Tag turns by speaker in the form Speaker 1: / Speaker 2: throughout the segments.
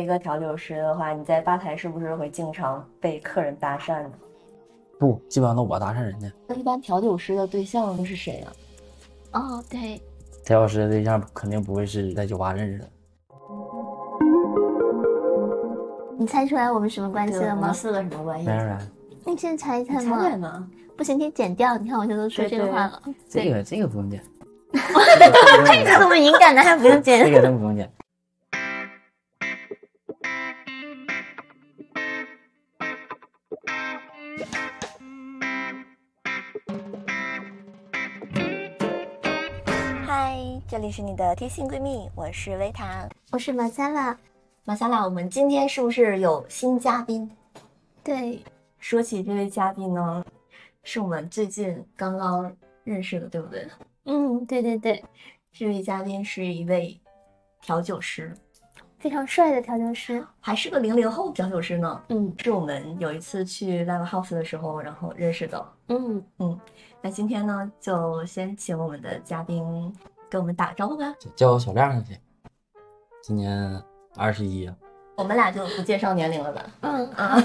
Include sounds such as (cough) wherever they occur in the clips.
Speaker 1: 一个调酒师的话，你在吧台是不是会经常被客人搭讪呢？
Speaker 2: 不，基本上都我搭讪人家。
Speaker 1: 那一般调酒师的对象都是谁啊呀、
Speaker 3: 哦，对，
Speaker 2: 调酒师的对象肯定不会是在酒吧认识的，
Speaker 3: 你猜出来我们什么关系
Speaker 1: 对
Speaker 3: 了
Speaker 1: 我们
Speaker 3: 吗？
Speaker 1: 四个什么关系
Speaker 2: 当？然，
Speaker 3: 你现在猜一
Speaker 1: 你
Speaker 3: 猜
Speaker 1: 猜
Speaker 3: 吗
Speaker 1: 对？ (laughs) 呢？
Speaker 3: 不行，你剪掉。你看我现在都说
Speaker 1: 对
Speaker 3: 这个
Speaker 1: 对
Speaker 3: 话了， (laughs)
Speaker 2: 这个这个不用讲，这
Speaker 3: 这
Speaker 2: 个
Speaker 3: 么敏
Speaker 1: (laughs)
Speaker 3: 感的还不用
Speaker 2: 这 (laughs)
Speaker 3: 剪？
Speaker 2: 个真不用讲。
Speaker 1: 嗨，这里是你的贴心闺蜜，我是维塔。
Speaker 3: 我是马萨拉，
Speaker 1: 马萨拉，我们今天是不是有新嘉宾？
Speaker 3: 对，
Speaker 1: 说起这位嘉宾呢，是我们最近刚刚认识的，对不对？
Speaker 3: 嗯，对对对，
Speaker 1: 这位嘉宾是一位调酒师，
Speaker 3: 非常帅的调酒师。
Speaker 1: 还是个零零后调酒师呢。
Speaker 3: 嗯
Speaker 1: 是我们有一次去 live house 的时候，然后认识的。
Speaker 3: 嗯，
Speaker 1: 那今天呢，就先请我们的嘉宾跟我们打招呼吧。
Speaker 2: 叫我小亮就行。今年二十一，
Speaker 1: 我们俩就不介绍年龄了吧。
Speaker 3: 嗯
Speaker 1: 啊，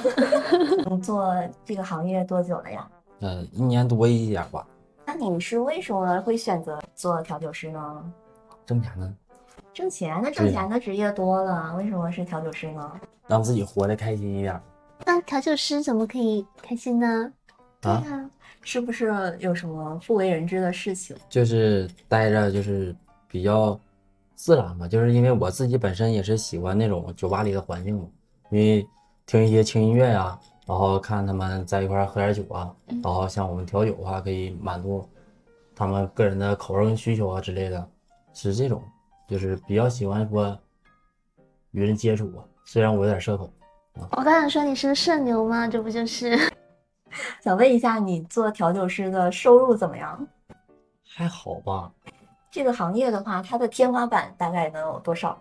Speaker 1: 你做这个行业多久了呀？
Speaker 2: 呃，一年多一点吧。
Speaker 1: 那你是为什么会选择做调酒师呢？
Speaker 2: 挣钱呢，
Speaker 1: 挣钱，那
Speaker 2: 对
Speaker 1: 挣
Speaker 2: 呀
Speaker 1: 钱的职业多了，为什么是调酒师呢？
Speaker 2: 让自己活得开心一点儿
Speaker 3: 那调酒师怎么可以开心呢？
Speaker 2: 啊，
Speaker 1: 呀，是不是有什么不为人知的事情？
Speaker 2: 就是待着就是比较自然吧，就是因为我自己本身也是喜欢那种酒吧里的环境嘛，因为听一些轻音乐呀、啊然后看他们在一块儿喝点酒啊，然后像我们调酒的话，可以满足他们个人的口味跟需求啊之类的，是这种，就是比较喜欢说与人接触啊，虽然我有点社恐，
Speaker 3: 我刚想说你是个社牛吗？这不就是？ (laughs)
Speaker 1: 想问一下，你做调酒师的收入怎么样？
Speaker 2: 还好吧，
Speaker 1: 这个行业的话，它的天花板大概能有多少？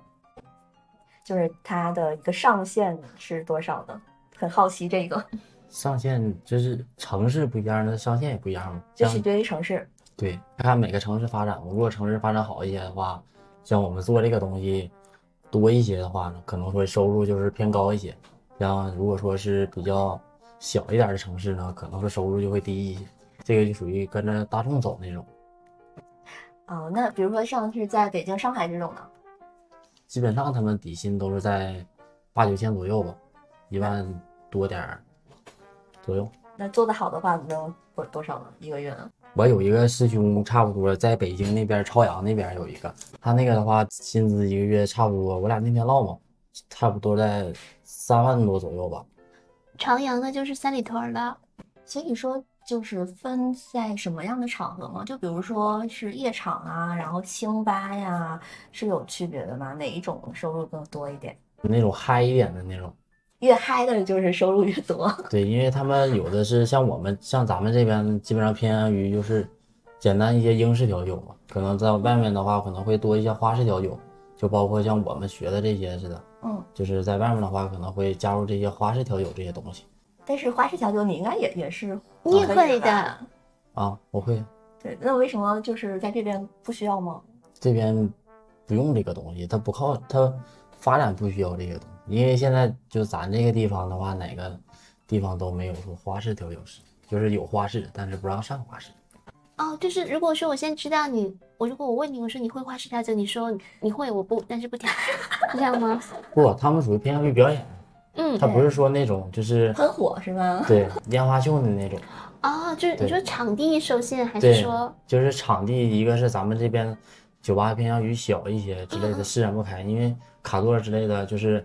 Speaker 1: 就是它的一个上限是多少呢？很好奇这个，
Speaker 2: 上限就是城市不一样，那上限也不一样嘛，
Speaker 1: 就
Speaker 2: 像
Speaker 1: 取决于城市。
Speaker 2: 对，看看每个城市发展。如果城市发展好一些的话，像我们做这个东西多一些的话呢，可能说收入就是偏高一些。像如果说是比较小一点的城市呢，可能说收入就会低一些。这个就属于跟着大众走那种，
Speaker 1: 哦，那比如说像是在北京、上海这种呢？
Speaker 2: 基本上他们底薪都是在八九千左右吧，一万多点儿左右。
Speaker 1: 那做得好的话，能多多少呢？一个月呢？
Speaker 2: 我有一个师兄，差不多在北京那边朝阳那边有一个，他那个的话，薪资一个月差不多，我俩那天唠嘛，差不多在三万多左右吧。
Speaker 3: 朝阳的就是三里屯
Speaker 1: 哦
Speaker 3: 了。
Speaker 1: 所以说，就是分在什么样的场合吗？就比如说是夜场啊，然后清吧呀，是有区别的吗？哪一种收入更多一点？
Speaker 2: 那种嗨一点的那种，
Speaker 1: 越嗨的就是收入越多。
Speaker 2: 对，因为他们有的是像我们，像咱们这边基本上偏向于就是简单一些英式调酒嘛，可能在外面的话可能会多一些花式调酒，就包括像我们学的这些似的，
Speaker 1: 嗯，
Speaker 2: 就是在外面的话可能会加入这些花式调酒这些东西
Speaker 1: (laughs) 但是花式调酒你应该也也是
Speaker 3: 你也
Speaker 1: 可以
Speaker 3: 会
Speaker 1: 吧
Speaker 3: 的。
Speaker 2: 啊，我会。
Speaker 1: 对，那为什么就是在这边不需要吗？
Speaker 2: 这边不用这个东西，它不靠它发展不需要这个东西，因为现在就咱这个地方的话，哪个地方都没有说花式调酒师，就是有花式，但是不让上花式。
Speaker 3: 哦，就是如果说我现在知道你，我如果我问你，我说你会花式调酒，你说你会，我不，但是不调， (laughs) 是这样吗？
Speaker 2: 不，他们属于偏向于表演，
Speaker 3: 嗯，
Speaker 2: 他不是说那种就是
Speaker 1: 喷火是吧？
Speaker 2: 对烟花秀的那种。
Speaker 3: 哦，就是你
Speaker 2: 对
Speaker 3: 说场地受限，还是
Speaker 2: 对
Speaker 3: 说，
Speaker 2: 就是场地，一个是咱们这边酒吧偏向于小一些之类
Speaker 3: 嗯
Speaker 2: 的，施展不开，因为卡座之类的就是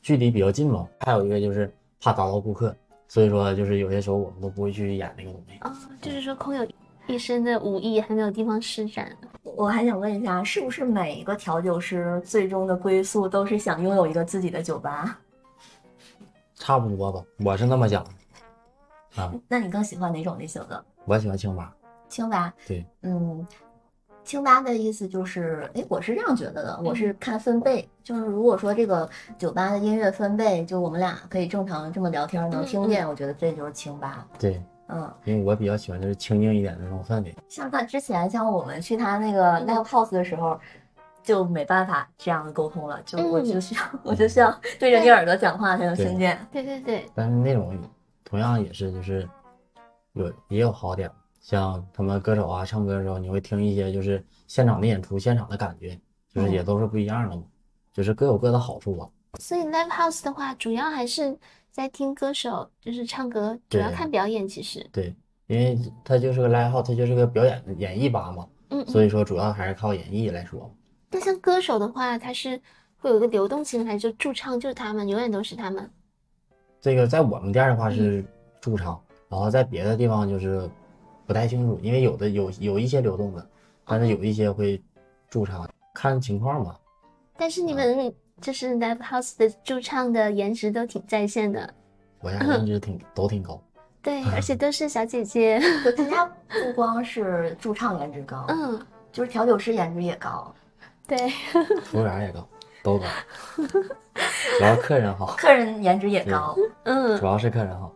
Speaker 2: 距离比较近嘛。还有一个就是怕打扰顾客，所以说就是有些时候我们都不会去演那个东西。
Speaker 3: 哦，就是说空有一身的武艺还没有地方施展？
Speaker 1: 我还想问一下，是不是每一个调酒师最终的归宿都是想拥有一个自己的酒吧？
Speaker 2: 差不多吧，我是那么想的。
Speaker 1: 那你更喜欢哪种类型的？
Speaker 2: 我喜欢清吧，
Speaker 1: 清吧，
Speaker 2: 对，
Speaker 1: 嗯，清吧的意思就是，哎，我是这样觉得的，我是看分贝，就是如果说这个酒吧的音乐分贝，就我们俩可以正常这么聊天，能听见，我觉得这就是清吧。
Speaker 2: 对，
Speaker 1: 嗯，
Speaker 2: 因为我比较喜欢就是清静一点的那种氛围。
Speaker 1: 像他之前，像我们去他那个 live house 的时候，就没办法这样沟通了，就我
Speaker 3: 嗯
Speaker 1: 就需要我就需要对着你耳朵讲话才能
Speaker 2: 对
Speaker 1: 听见。
Speaker 3: 对对对，
Speaker 2: 但是那种同样也是就是有也有好点儿，像他们歌手啊唱歌的时候，你会听一些就是现场的演出，现场的感觉，就是也都是不一样的嘛，就是各有各的好处吧。
Speaker 3: 所以 live house 的话，主要还是在听歌手就是唱歌，主要
Speaker 2: 对
Speaker 3: 看表演其实。
Speaker 2: 对，因为它就是个 live house，它就是个表演演绎吧嘛，
Speaker 3: 嗯，嗯
Speaker 2: 所以说主要还是靠演绎来说。
Speaker 3: 那像歌手的话，他是会有一个流动性，还是就驻唱就是他们，永远都是他们？
Speaker 2: 这个在我们店儿的话是驻唱，然后在别的地方就是不太清楚，因为有的有有一些流动的，但是有一些会驻唱，看情况吧。
Speaker 3: 但是你
Speaker 2: 啊
Speaker 3: 们就是 live house 的驻唱的颜值都挺在线的，
Speaker 2: 我家颜值挺都挺高， (laughs)
Speaker 3: 对，而且都是小姐姐， (laughs)
Speaker 1: 我们家不光是驻唱颜值高，
Speaker 3: 嗯，
Speaker 1: 就是调酒师颜值也高，
Speaker 3: 对，
Speaker 2: 服务员也高，都高，主要客人好，
Speaker 1: 客人颜值也高。
Speaker 3: 嗯
Speaker 2: 主，要是客人好。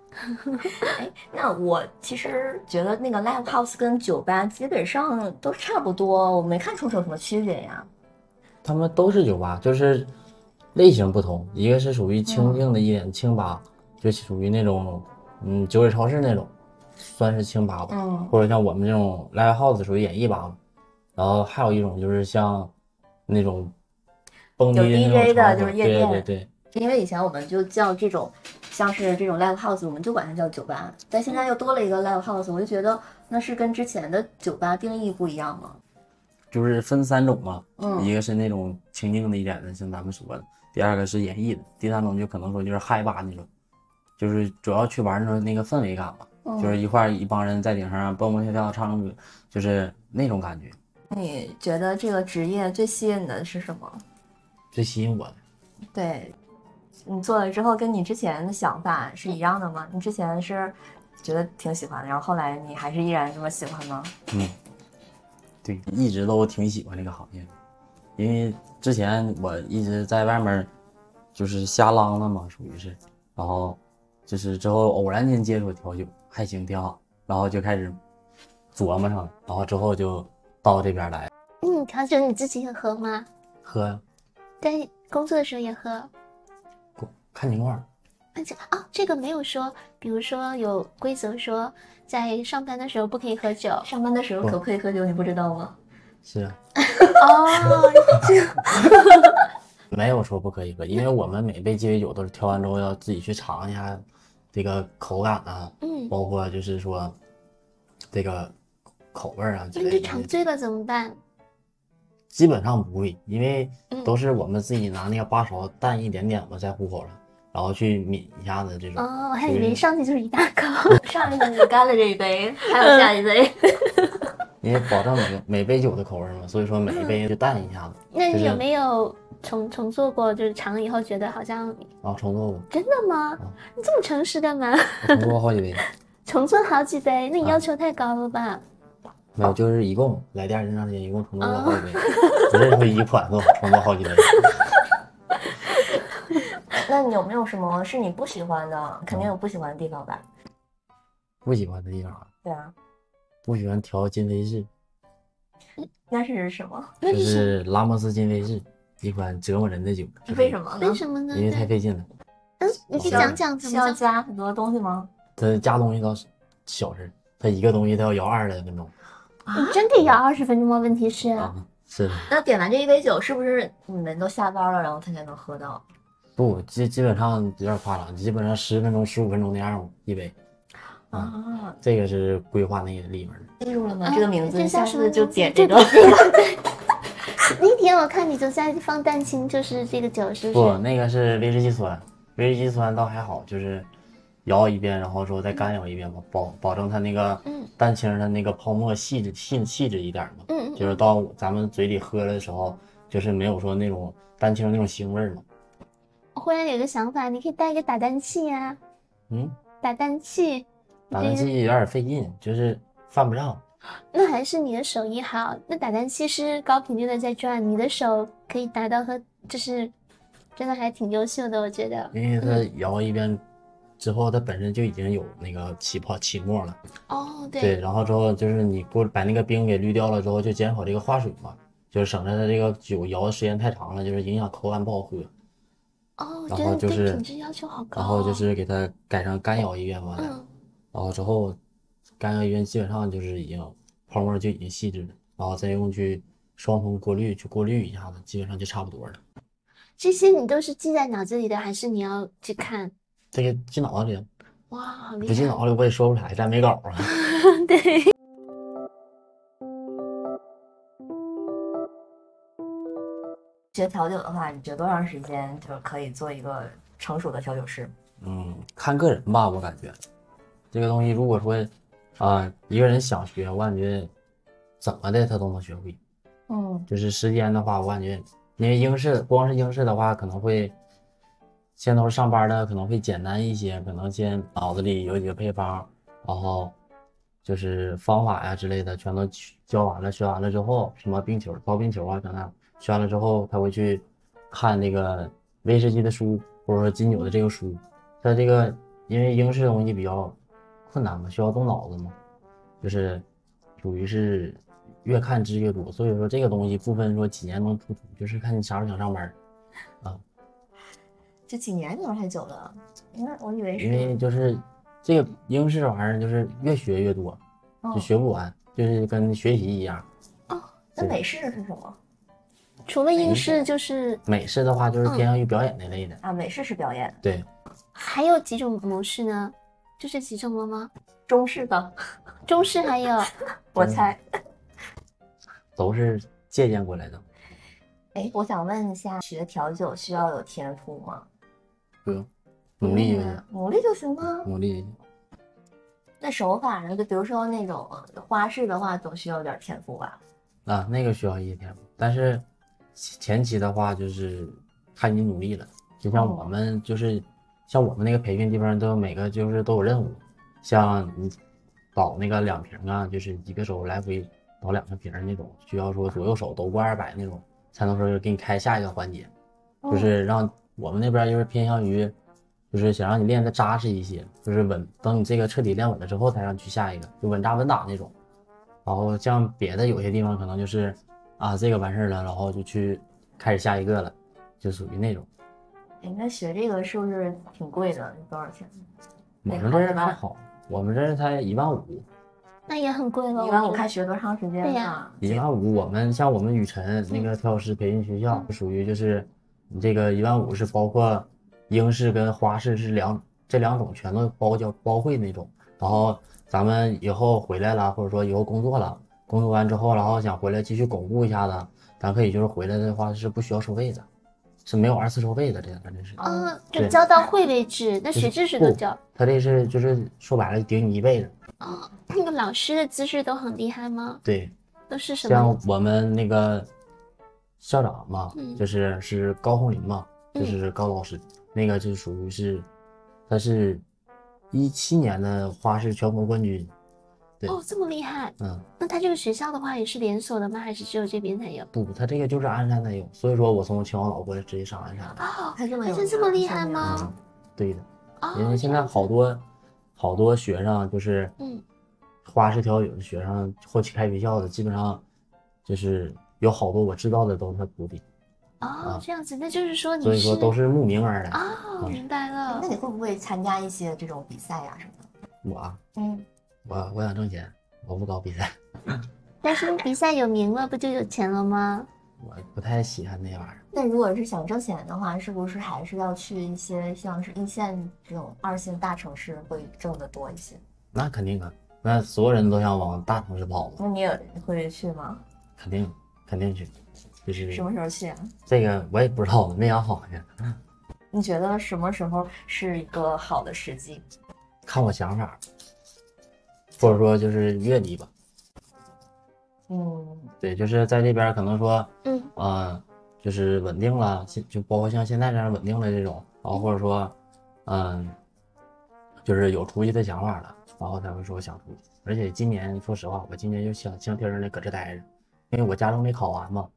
Speaker 1: 哎，那我其实觉得那个 live house 跟酒吧基本上都差不多，我没看出有什么区别呀。
Speaker 2: 他们都是酒吧，就是类型不同，一个是属于
Speaker 1: 嗯
Speaker 2: 清静的一点清吧，就属于那种嗯酒水超市那种，算是清吧吧，
Speaker 1: 嗯
Speaker 2: 或者像我们这种 live house 属于演艺吧嘛。然后还有一种就是像那种蹦迪
Speaker 1: 有 DJ 的
Speaker 2: 那种场
Speaker 1: 就
Speaker 2: 所，
Speaker 1: 是夜
Speaker 2: 对
Speaker 1: 店
Speaker 2: 对对，
Speaker 1: 因为以前我们就叫这种，像是这种 live house，我们就管它叫酒吧，但现在又多了一个 live house，我就觉得那是跟之前的酒吧定义不一样了。
Speaker 2: 就是分三种嘛，
Speaker 1: 嗯
Speaker 2: 一个是那种清静的一点的，像咱们说的；第二个是演绎的；第三种就可能说就是嗨吧那种，就是主要去玩那种那个氛围感吧，
Speaker 1: 嗯
Speaker 2: 就是一块儿一帮人在顶上蹦蹦跳跳唱歌，就是那种感觉
Speaker 1: 你觉得这个职业最吸引的是什么？
Speaker 2: 最吸引我的。
Speaker 1: 对，你做了之后跟你之前的想法是一样的吗？你之前是觉得挺喜欢的，然后后来你还是依然这么喜欢吗？
Speaker 2: 嗯，对，一直都挺喜欢这个行业的，因为之前我一直在外面儿就是瞎啷了嘛，属于是，然后就是之后偶然间接触调酒，还行，挺好，然后就开始琢磨上了，然后之后就到这边来
Speaker 3: 嗯，调酒你自己也喝吗？
Speaker 2: 喝呀，
Speaker 3: 对，工作的时候也喝。
Speaker 2: 看情况。
Speaker 3: 而且哦，这个没有说，比如说有规则说，在上班的时候不可以喝酒。
Speaker 1: 上班的时候可不可以喝酒，你不知道吗？
Speaker 2: 是啊，
Speaker 3: 哦，
Speaker 2: 没有说不可以喝，因为我们每杯鸡尾酒都是调完之后要自己去尝一下这个口感啊，
Speaker 3: 嗯，
Speaker 2: 包括就是说这个口味儿啊之类
Speaker 3: 那
Speaker 2: 的
Speaker 3: 就
Speaker 2: 东
Speaker 3: 尝
Speaker 2: 西。
Speaker 3: 醉了怎么办？
Speaker 2: 基本上不会，因为
Speaker 3: 嗯
Speaker 2: 都是我们自己拿那个八勺淡一点点吧，在虎口上，然后去抿一下子这种。
Speaker 3: 哦，我还以为上去就是一大口。
Speaker 2: (laughs)
Speaker 1: 上一个你干了这一杯，还有下一杯。
Speaker 2: 因为保证每个每杯酒的口味嘛，所以说
Speaker 3: 嗯
Speaker 2: 每一杯就淡一下子。
Speaker 3: 那
Speaker 2: 就
Speaker 3: 你
Speaker 2: 是
Speaker 3: 有没有重重做过？就是尝了以后觉得好像
Speaker 2: 啊，重做过，
Speaker 3: 真的吗？
Speaker 2: 嗯
Speaker 3: 你这么诚实干嘛？
Speaker 2: 我
Speaker 3: (laughs)
Speaker 2: 重做过好几杯，
Speaker 3: 重做好几杯，那你要求太高了吧？
Speaker 2: 没有，就是一共来店这长时间一共重做过好几
Speaker 3: 哦
Speaker 2: 杯，不是说一款做，重做好几杯。
Speaker 1: 那你有没有什么是你不喜欢的？
Speaker 2: 嗯
Speaker 1: 肯定有不喜欢的地方吧？
Speaker 2: 不喜欢的地方，
Speaker 1: 对啊，
Speaker 2: 不喜欢调金飞士，
Speaker 1: 那是什么？
Speaker 3: 那
Speaker 2: 就是是拉莫斯金飞士，一款折磨人的酒。就是
Speaker 1: 为什么呢
Speaker 3: 为？什么呢？
Speaker 2: 因为太
Speaker 3: 对，
Speaker 2: 费劲了，
Speaker 3: 嗯，你去讲讲怎
Speaker 1: 需要
Speaker 3: 么叫
Speaker 1: 加很多东西吗？
Speaker 2: 它加东西倒是小事儿，它一个东西它要摇二十来分钟
Speaker 3: 你真得摇二十分钟吗？问题是，
Speaker 2: 啊，是的。
Speaker 1: 那点完这一杯酒，是不是你们都下班了，然后他才能喝到？
Speaker 2: 不，基基本上有点夸张，基本上十分钟、十五分钟那样吧一杯。嗯
Speaker 1: 啊，
Speaker 2: 这个是规划那个里面的，
Speaker 1: 记住了吗？
Speaker 3: 啊
Speaker 1: 嗯这个名字，
Speaker 3: 这叫
Speaker 1: 下
Speaker 3: 什么
Speaker 1: 次就
Speaker 3: 名字
Speaker 1: 点
Speaker 3: 这
Speaker 1: 这
Speaker 3: 个
Speaker 1: 个。 (laughs)
Speaker 3: (laughs) 那天我看你就在放蛋清，就是这个酒，是不
Speaker 2: 不，
Speaker 3: 是？
Speaker 2: 那个是威士忌酸，威士忌酸倒还好，就是摇一遍，然后说再干摇一遍吧，保保证它那个
Speaker 3: 嗯
Speaker 2: 蛋清儿它那个泡沫细致细细致一点儿嘛，
Speaker 3: 嗯
Speaker 2: 就是到咱们嘴里喝的时候，就是没有说那种蛋清儿那种腥味儿嘛。
Speaker 3: 我忽然有个想法，你可以带一个打蛋器呀、
Speaker 2: 嗯，
Speaker 3: 打蛋器，
Speaker 2: 打蛋器有点儿费劲，就是犯不上。
Speaker 3: 那还是你的手艺好。那打蛋器是高频率的在转，你的手可以达到和就是真的还挺优秀的，我觉得。
Speaker 2: 因为
Speaker 3: 嗯
Speaker 2: 它摇一遍之后，它本身就已经有那个起泡起沫了。
Speaker 3: 哦，
Speaker 2: 对，，然后之后就是你过把那个冰给滤掉了之后，就减少这个化水嘛。就是省着它这个酒摇的时间太长了，就是影响口感不好喝。
Speaker 3: 哦，我
Speaker 2: 然
Speaker 3: 觉
Speaker 2: 后
Speaker 3: 得你
Speaker 2: 就
Speaker 3: 对
Speaker 2: 是
Speaker 3: 品质要求好高。哦
Speaker 2: 然后就，是给它改成干摇一遍嘛，
Speaker 3: 嗯，
Speaker 2: 然后之后干摇一遍基本上就是已经泡沫就已经细致了，然后再用去双重过滤去过滤一下子，基本上就差不多了。
Speaker 3: 这些你都是记在脑子里的，还是你要去看？
Speaker 2: 这个进脑子里
Speaker 3: 哇，好厉害！
Speaker 2: 不进脑子里我也说不出来，咱没稿啊。
Speaker 3: 对。
Speaker 1: 学调酒的话，你觉得多长时间就是可以做一个成熟的调酒师？
Speaker 2: 嗯，看个人吧，我感觉这个东西如果说啊、一个人想学，我感觉怎么的他都能学会。
Speaker 1: 嗯，
Speaker 2: 就是时间的话，我感觉因为英式光是英式的话，可能会先都是上班的，可能会简单一些，可能先脑子里有几个配方，然后就是方法呀、之类的，全都去教完了、学完了之后，什么冰球、刨冰球啊等等，学完了之后，他会去看那个威士忌的书，或者说金酒的这个书。他这个因为英式东西比较困难嘛，需要动脑子嘛，就是属于是越看知越多，所以说这个东西不分说几年能突出，就是看你啥时候想上班儿。
Speaker 1: 这几年聊太久了，那我以为
Speaker 2: 因
Speaker 1: 是
Speaker 2: 为就是这个英式玩意儿，就是越学越多，
Speaker 1: 哦
Speaker 2: 就，学不完，就是跟学习一样。
Speaker 1: 那美式是什么
Speaker 3: 除
Speaker 2: 哎
Speaker 3: 了英式，就是
Speaker 2: 美式的话就是
Speaker 1: 嗯
Speaker 2: 偏向于表演那类的，
Speaker 1: 啊？美式是表演，
Speaker 2: 对，
Speaker 3: 还有几种模式呢？就这几种了吗？
Speaker 1: 中式的
Speaker 3: 中式还有，
Speaker 1: 我
Speaker 2: 嗯
Speaker 1: 猜。
Speaker 2: 都是借鉴过来的。
Speaker 1: 哎，我想问一下，学调酒需要有天赋吗？
Speaker 2: 不用努力啊就行
Speaker 1: 嗯，努力就行吗？
Speaker 2: 努力就行。
Speaker 1: 那手法呢？就比如说那种花式的话，总需要点天赋吧？
Speaker 2: 啊，那个需要一些天赋，但是前前期的话就是看你努力了。就像我
Speaker 1: 哦
Speaker 2: 们就是像我们那个培训地方都有每个就是都有任务，像你倒那个两瓶啊，就是一个手来回倒两个瓶儿那种，需要说左右手都过二百那种，才能说给你开下一个环节，就
Speaker 1: 哦
Speaker 2: 是让我们那边就是偏向于。就是想让你练得扎实一些，就是稳。等你这个彻底练稳了之后，才让你去下一个，就稳扎稳打那种。然后像别的有些地方可能就是啊，这个完事儿了，然后就去开始下一个了，就属于那种。
Speaker 1: 哎，那学这个是不是挺贵的？多少钱？
Speaker 2: 我
Speaker 1: 那
Speaker 2: 们这
Speaker 1: 好
Speaker 2: 儿
Speaker 1: 的
Speaker 2: 还
Speaker 1: 吧
Speaker 2: 好，我们这儿才一万五，
Speaker 3: 那也很贵了。
Speaker 1: 一般我
Speaker 3: 觉得
Speaker 1: 看学多长时间
Speaker 3: 对呀
Speaker 1: 啊？
Speaker 2: 一万五。我们像我们雨辰那个调酒师培训学校，属于就是你这个一万五是包括英式跟花式是两这两种全都包教包会那种。然后咱们以后回来了，或者说以后工作了，工作完之后，然后想回来继续巩固一下子，咱可以就是回来的话是不需要收费的，是没有二次收费的，这咱这是。
Speaker 1: 哦
Speaker 3: 啊，就
Speaker 2: 对
Speaker 3: 教到会为止，那
Speaker 2: 就是
Speaker 3: 学知识都
Speaker 2: 不
Speaker 3: 教。
Speaker 2: 他这是就是说白了顶你一辈子。
Speaker 3: 哦，那个老师的资质都很厉害吗？
Speaker 2: 对，
Speaker 3: 都是什么
Speaker 2: 像？我们那个校长嘛，
Speaker 3: 嗯
Speaker 2: 就是是高红林嘛，
Speaker 3: 嗯
Speaker 2: 就是高老师，那个就属于是，他是一七年的花式全国冠军。对
Speaker 3: 哦，这么厉害！
Speaker 2: 嗯，
Speaker 3: 那他这个学校的话也是连锁的吗？还是只有这边才有？
Speaker 2: 不，他这个就是鞍山才有，所以说我从秦皇岛过来直接上鞍山的。
Speaker 3: 哦，
Speaker 1: 他这么
Speaker 3: 还
Speaker 1: 有
Speaker 3: 真这
Speaker 1: 名
Speaker 3: 么
Speaker 1: 儿
Speaker 3: 厉
Speaker 1: 上
Speaker 3: 害
Speaker 1: 面
Speaker 3: 吗
Speaker 2: 嗯，对的，因
Speaker 3: 哦
Speaker 2: 为，现在好多好多学生就是
Speaker 3: 嗯，
Speaker 2: 花式调酒的学生，后期开学校的基本上就是有好多我知道的都是他徒弟。
Speaker 3: 哦，这样子，那就是说你
Speaker 2: 啊所以
Speaker 3: 嗯是
Speaker 2: 说都是嗯慕名而来。
Speaker 3: 哦，明白了
Speaker 1: 那。你会不会参加一些这种比赛呀、什么的？
Speaker 2: 我啊，
Speaker 1: 嗯，
Speaker 2: 我我想挣钱，我不搞比赛，
Speaker 3: 但是比赛有名了，不就有钱了吗？
Speaker 2: 我不太喜欢那玩意儿。
Speaker 1: 那如果是想挣钱的话，是不是还是要去一些像是一线这种二线大城市会挣得多一些？
Speaker 2: 那肯定啊，那所有人都想往大城市跑嘛，
Speaker 1: 那你也会去吗？
Speaker 2: 肯定肯定去。就是
Speaker 1: 什么时候去啊？
Speaker 2: 这个我也不知道，我没想好呢，
Speaker 1: 你觉得什么时候是一个好的时机？
Speaker 2: 看我想法，或者说就是阅历吧。
Speaker 1: 嗯，
Speaker 2: 对，就是在这边可能说，
Speaker 3: 嗯，
Speaker 2: 呃，就是稳定了，现就包括像现在这样稳定了这种，然后或者说，嗯，就是有出去的想法了，然后才会说想出去。而且今年说实话，我今年就想想天儿的搁这待着，因为我驾照没考完嘛，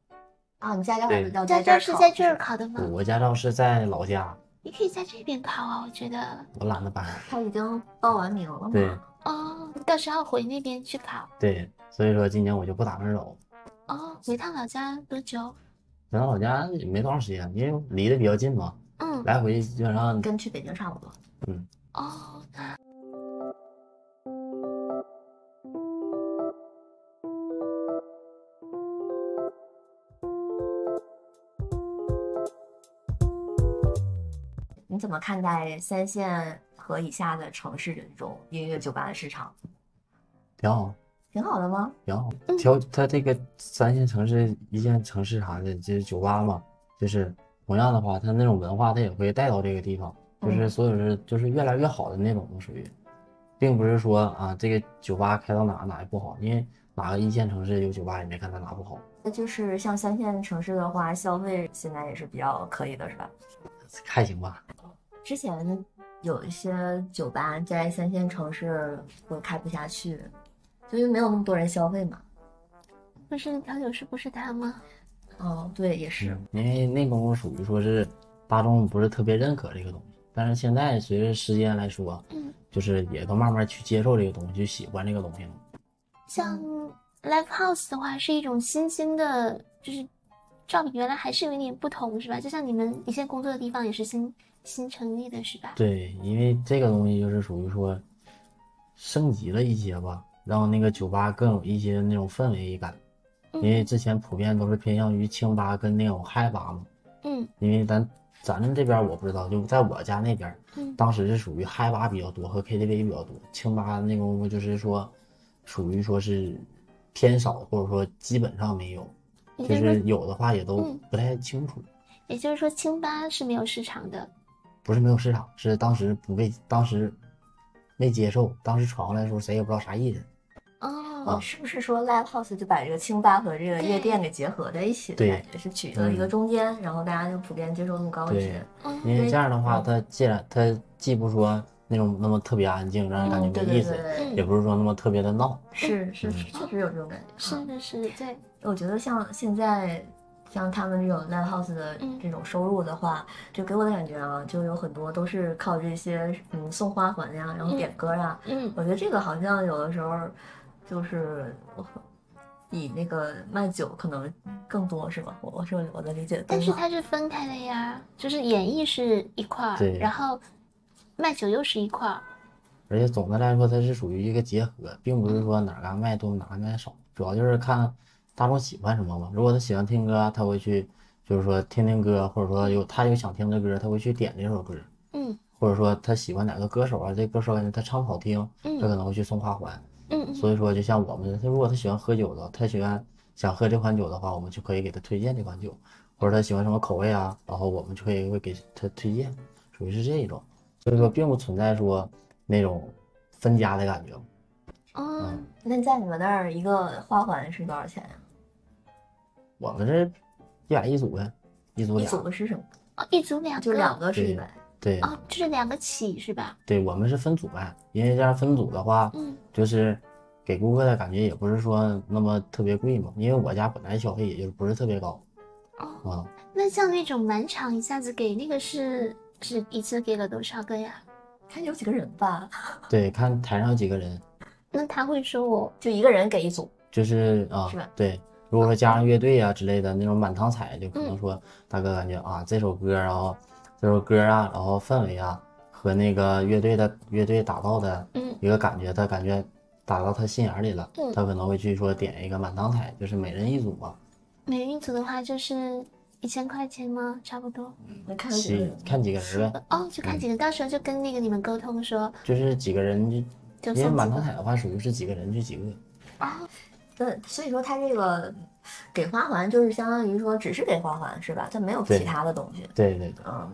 Speaker 1: 啊，你驾照还是
Speaker 2: 对
Speaker 1: 要
Speaker 3: 驾
Speaker 1: 这
Speaker 3: 照
Speaker 1: 儿
Speaker 3: 是
Speaker 1: 考
Speaker 3: 在这儿考的吗？
Speaker 2: 我驾照是在老家，
Speaker 3: 你可以在这边考啊，我觉得。
Speaker 2: 我懒得搬。
Speaker 1: 他已经报完名了嘛？
Speaker 2: 对
Speaker 3: 哦哦，你到时候回那边去考。
Speaker 2: 对，所以说今年我就不打算走。
Speaker 3: 哦，回趟老家多久？
Speaker 2: 回到老家也没多长时间，因为离得比较近嘛，
Speaker 3: 嗯，
Speaker 2: 来回基本上
Speaker 1: 跟去北京差不多。
Speaker 3: 哦，
Speaker 1: 你怎么看待三线和以下的城市这种音乐酒吧的市场？
Speaker 2: 挺好，
Speaker 1: 挺好的吗？
Speaker 2: 挺好。
Speaker 1: 嗯
Speaker 2: 挑它这个三线城市、一线城市啥的，就是酒吧嘛，就是同样的话，它那种文化它也会带到这个地方，就是
Speaker 1: 嗯
Speaker 2: 所有是就是越来越好的那种，属于，并不是说啊这个酒吧开到哪哪也不好，因为哪个一线城市有酒吧也没看它哪不好。
Speaker 1: 那就是像三线城市的话，消费现在也是比较可以的，是吧？
Speaker 2: 还行吧，
Speaker 1: 之前有一些酒吧在三线城市会开不下去，就因为没有那么多人消费嘛。
Speaker 3: 不是调酒师不是他吗？
Speaker 1: 哦，对，也是，
Speaker 2: 因为那功夫属于说是大众不是特别认可这个东西，但是现在随着时间来说，
Speaker 3: 嗯
Speaker 2: 就是也都慢慢去接受这个东西，去喜欢这个东西了。
Speaker 3: 像 live house 的话，是一种新兴的，就是照比原来还是有一点不同，是吧？就像你们以前工作的地方也是新新成立的，是吧？
Speaker 2: 对，因为这个东西就是属于说升级了一些吧，让那个酒吧更有一些那种氛围感。因为
Speaker 3: 嗯
Speaker 2: 之前普遍都是偏向于清吧跟那种嗨吧嘛，
Speaker 3: 嗯
Speaker 2: 因为咱咱们这边我不知道，就在我家那边，
Speaker 3: 嗯
Speaker 2: 当时是属于嗨吧比较多和 KTV 比较多，清吧那功夫就是说属于说是偏少，或者说基本上没有，
Speaker 3: 也
Speaker 2: 就
Speaker 3: 就是是说，
Speaker 2: 有的话也都
Speaker 3: 嗯
Speaker 2: 不太清楚。
Speaker 3: 也就是说，清吧是没有市场的。
Speaker 2: 不是没有市场，是当时不被当时没接受，当时传过来的时候谁也不知道啥意思。
Speaker 3: 哦
Speaker 2: 嗯
Speaker 1: 哦，是不是说 live house 就把这个清吧和这个夜店给结合在一起的
Speaker 2: 对嗯
Speaker 1: 感觉，是取得一个中间，然后大家就普遍接受度高一
Speaker 2: 对
Speaker 1: 些。
Speaker 3: 哦，
Speaker 2: 因为这样的话，
Speaker 1: 嗯
Speaker 2: 它既然它既不说那种那么特别安静，让人感
Speaker 1: 嗯，对
Speaker 2: 觉没
Speaker 1: 对
Speaker 2: 意思，
Speaker 1: 对，
Speaker 2: 也不是说那么特别的闹。
Speaker 1: 是是，
Speaker 2: 嗯
Speaker 1: 是确实有这种感觉。啊
Speaker 3: 是的，是的，对，
Speaker 1: 我觉得像现在像他们这种 live house 的
Speaker 3: 嗯
Speaker 1: 这种收入的话，就给我的感觉啊，就有很多都是靠这些嗯送花环呀、然后
Speaker 3: 嗯
Speaker 1: 点歌呀、
Speaker 3: 嗯，
Speaker 1: 我觉得这个好像有的时候就是比那个卖酒可能更多是吧？我我是我的理解对
Speaker 3: 但是
Speaker 1: 吗？
Speaker 3: 它是分开的呀，就是演绎是一块儿，
Speaker 2: 对
Speaker 3: 然后卖酒又是一块儿，
Speaker 2: 而且总的来说，它是属于一个结合，并不是说哪个卖多哪个卖少，主要就是看大众喜欢什么嘛。如果他喜欢听歌，他会去就是说听听歌，或者说有他有想听的歌，他会去点这首歌，
Speaker 3: 嗯
Speaker 2: 或者说他喜欢哪个歌手啊，这歌手感觉他唱得好听，他可
Speaker 3: 嗯
Speaker 2: 能会去送花环。
Speaker 3: 嗯嗯，
Speaker 2: 所以说，就像我们，他如果他喜欢喝酒的，他喜欢想喝这款酒的话，我们就可以给他推荐这款酒，或者他喜欢什么口味啊，然后我们就可以会给他推荐，属于是这一种。所以说，并不存在说那种分家的感觉。
Speaker 3: 哦，
Speaker 2: 嗯
Speaker 1: 那在你们那儿一个花环是多少钱呀、
Speaker 2: 我们这一百一组呗，一组
Speaker 1: 一
Speaker 2: 俩，
Speaker 1: 组是什么？
Speaker 3: 哦，一组两个，
Speaker 1: 就两个是一
Speaker 2: 对
Speaker 1: 百。
Speaker 2: 对
Speaker 3: 哦，就是两个起是吧？
Speaker 2: 对，我们是分组卖，因为这样分组的话，
Speaker 3: 嗯
Speaker 2: 就是给顾客的感觉也不是说那么特别贵嘛，因为我家本来消费也就是不是特别高啊。
Speaker 3: 哦，那像那种满场一下子给那个是是一次给了多少个呀？
Speaker 1: 看有几个人吧，
Speaker 2: 对，看台上有几个人，
Speaker 3: 那他会说我
Speaker 1: 就一个人给一组。
Speaker 2: 就是啊
Speaker 1: 是吧，嗯
Speaker 2: 对，如果说加上乐队啊之类的那种满堂彩，就可能说大哥感觉啊这首歌，然后这首歌啊，然后氛围啊和那个乐队的乐队打造的
Speaker 3: 嗯
Speaker 2: 一个感觉，他感觉打到他心眼儿里了
Speaker 3: 嗯，
Speaker 2: 他可能会去说点一个满堂彩，就是每人一组嘛，
Speaker 3: 每人一组的话就是一千块钱吗？差不多。
Speaker 1: 那看有几个
Speaker 2: 几
Speaker 1: 人？
Speaker 2: 看几个人呗，
Speaker 3: 哦，就看几个，到时候就跟那个你们沟通说
Speaker 2: 就是几个人就，
Speaker 3: 就
Speaker 2: 因为
Speaker 3: 送
Speaker 2: 满
Speaker 3: 几
Speaker 2: 堂
Speaker 3: 个。
Speaker 2: 彩的话属于是几个人就几个，
Speaker 3: 哦，
Speaker 1: 对，所以说他这个给花环就是相当于说只是给花环是吧？它没有
Speaker 2: 对
Speaker 1: 其他的东西。
Speaker 2: 对对对。
Speaker 1: 嗯，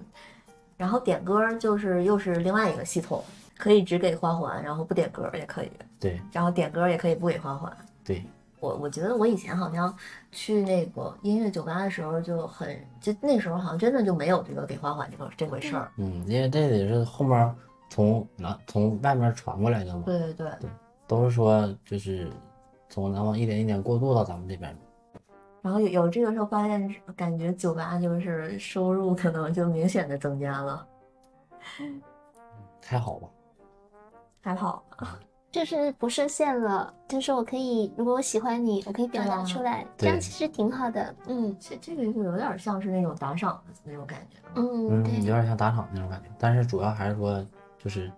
Speaker 1: 然后点歌就是又是另外一个系统，可以只给花环，然后不点歌也可以，
Speaker 2: 对
Speaker 1: 然后点歌也可以不给花环。
Speaker 2: 对，
Speaker 1: 我我觉得我以前好像去那个音乐酒吧的时候就很，就那时候好像真的就没有这个给花环这个这回事儿。
Speaker 2: 嗯，因为这得是后面从南从外面传过来的嘛，
Speaker 1: 对对对。
Speaker 2: 都是说就是从南方一点一点过渡到咱们这边。
Speaker 1: 然后有有这个时候发现，感觉酒吧就是收入可能就明显的增加了，
Speaker 2: 还好吧？
Speaker 1: 还好吧。
Speaker 3: 就是不设限了，就是我可以，如果我喜欢你，我可以表达出来，这
Speaker 4: 对
Speaker 3: 样其实挺好的。嗯
Speaker 1: 这这个就有点像是那种打赏的那种感觉。
Speaker 3: 嗯，
Speaker 4: 嗯，有
Speaker 3: 对，
Speaker 4: 点像打赏那种感觉，但是主要还是说就是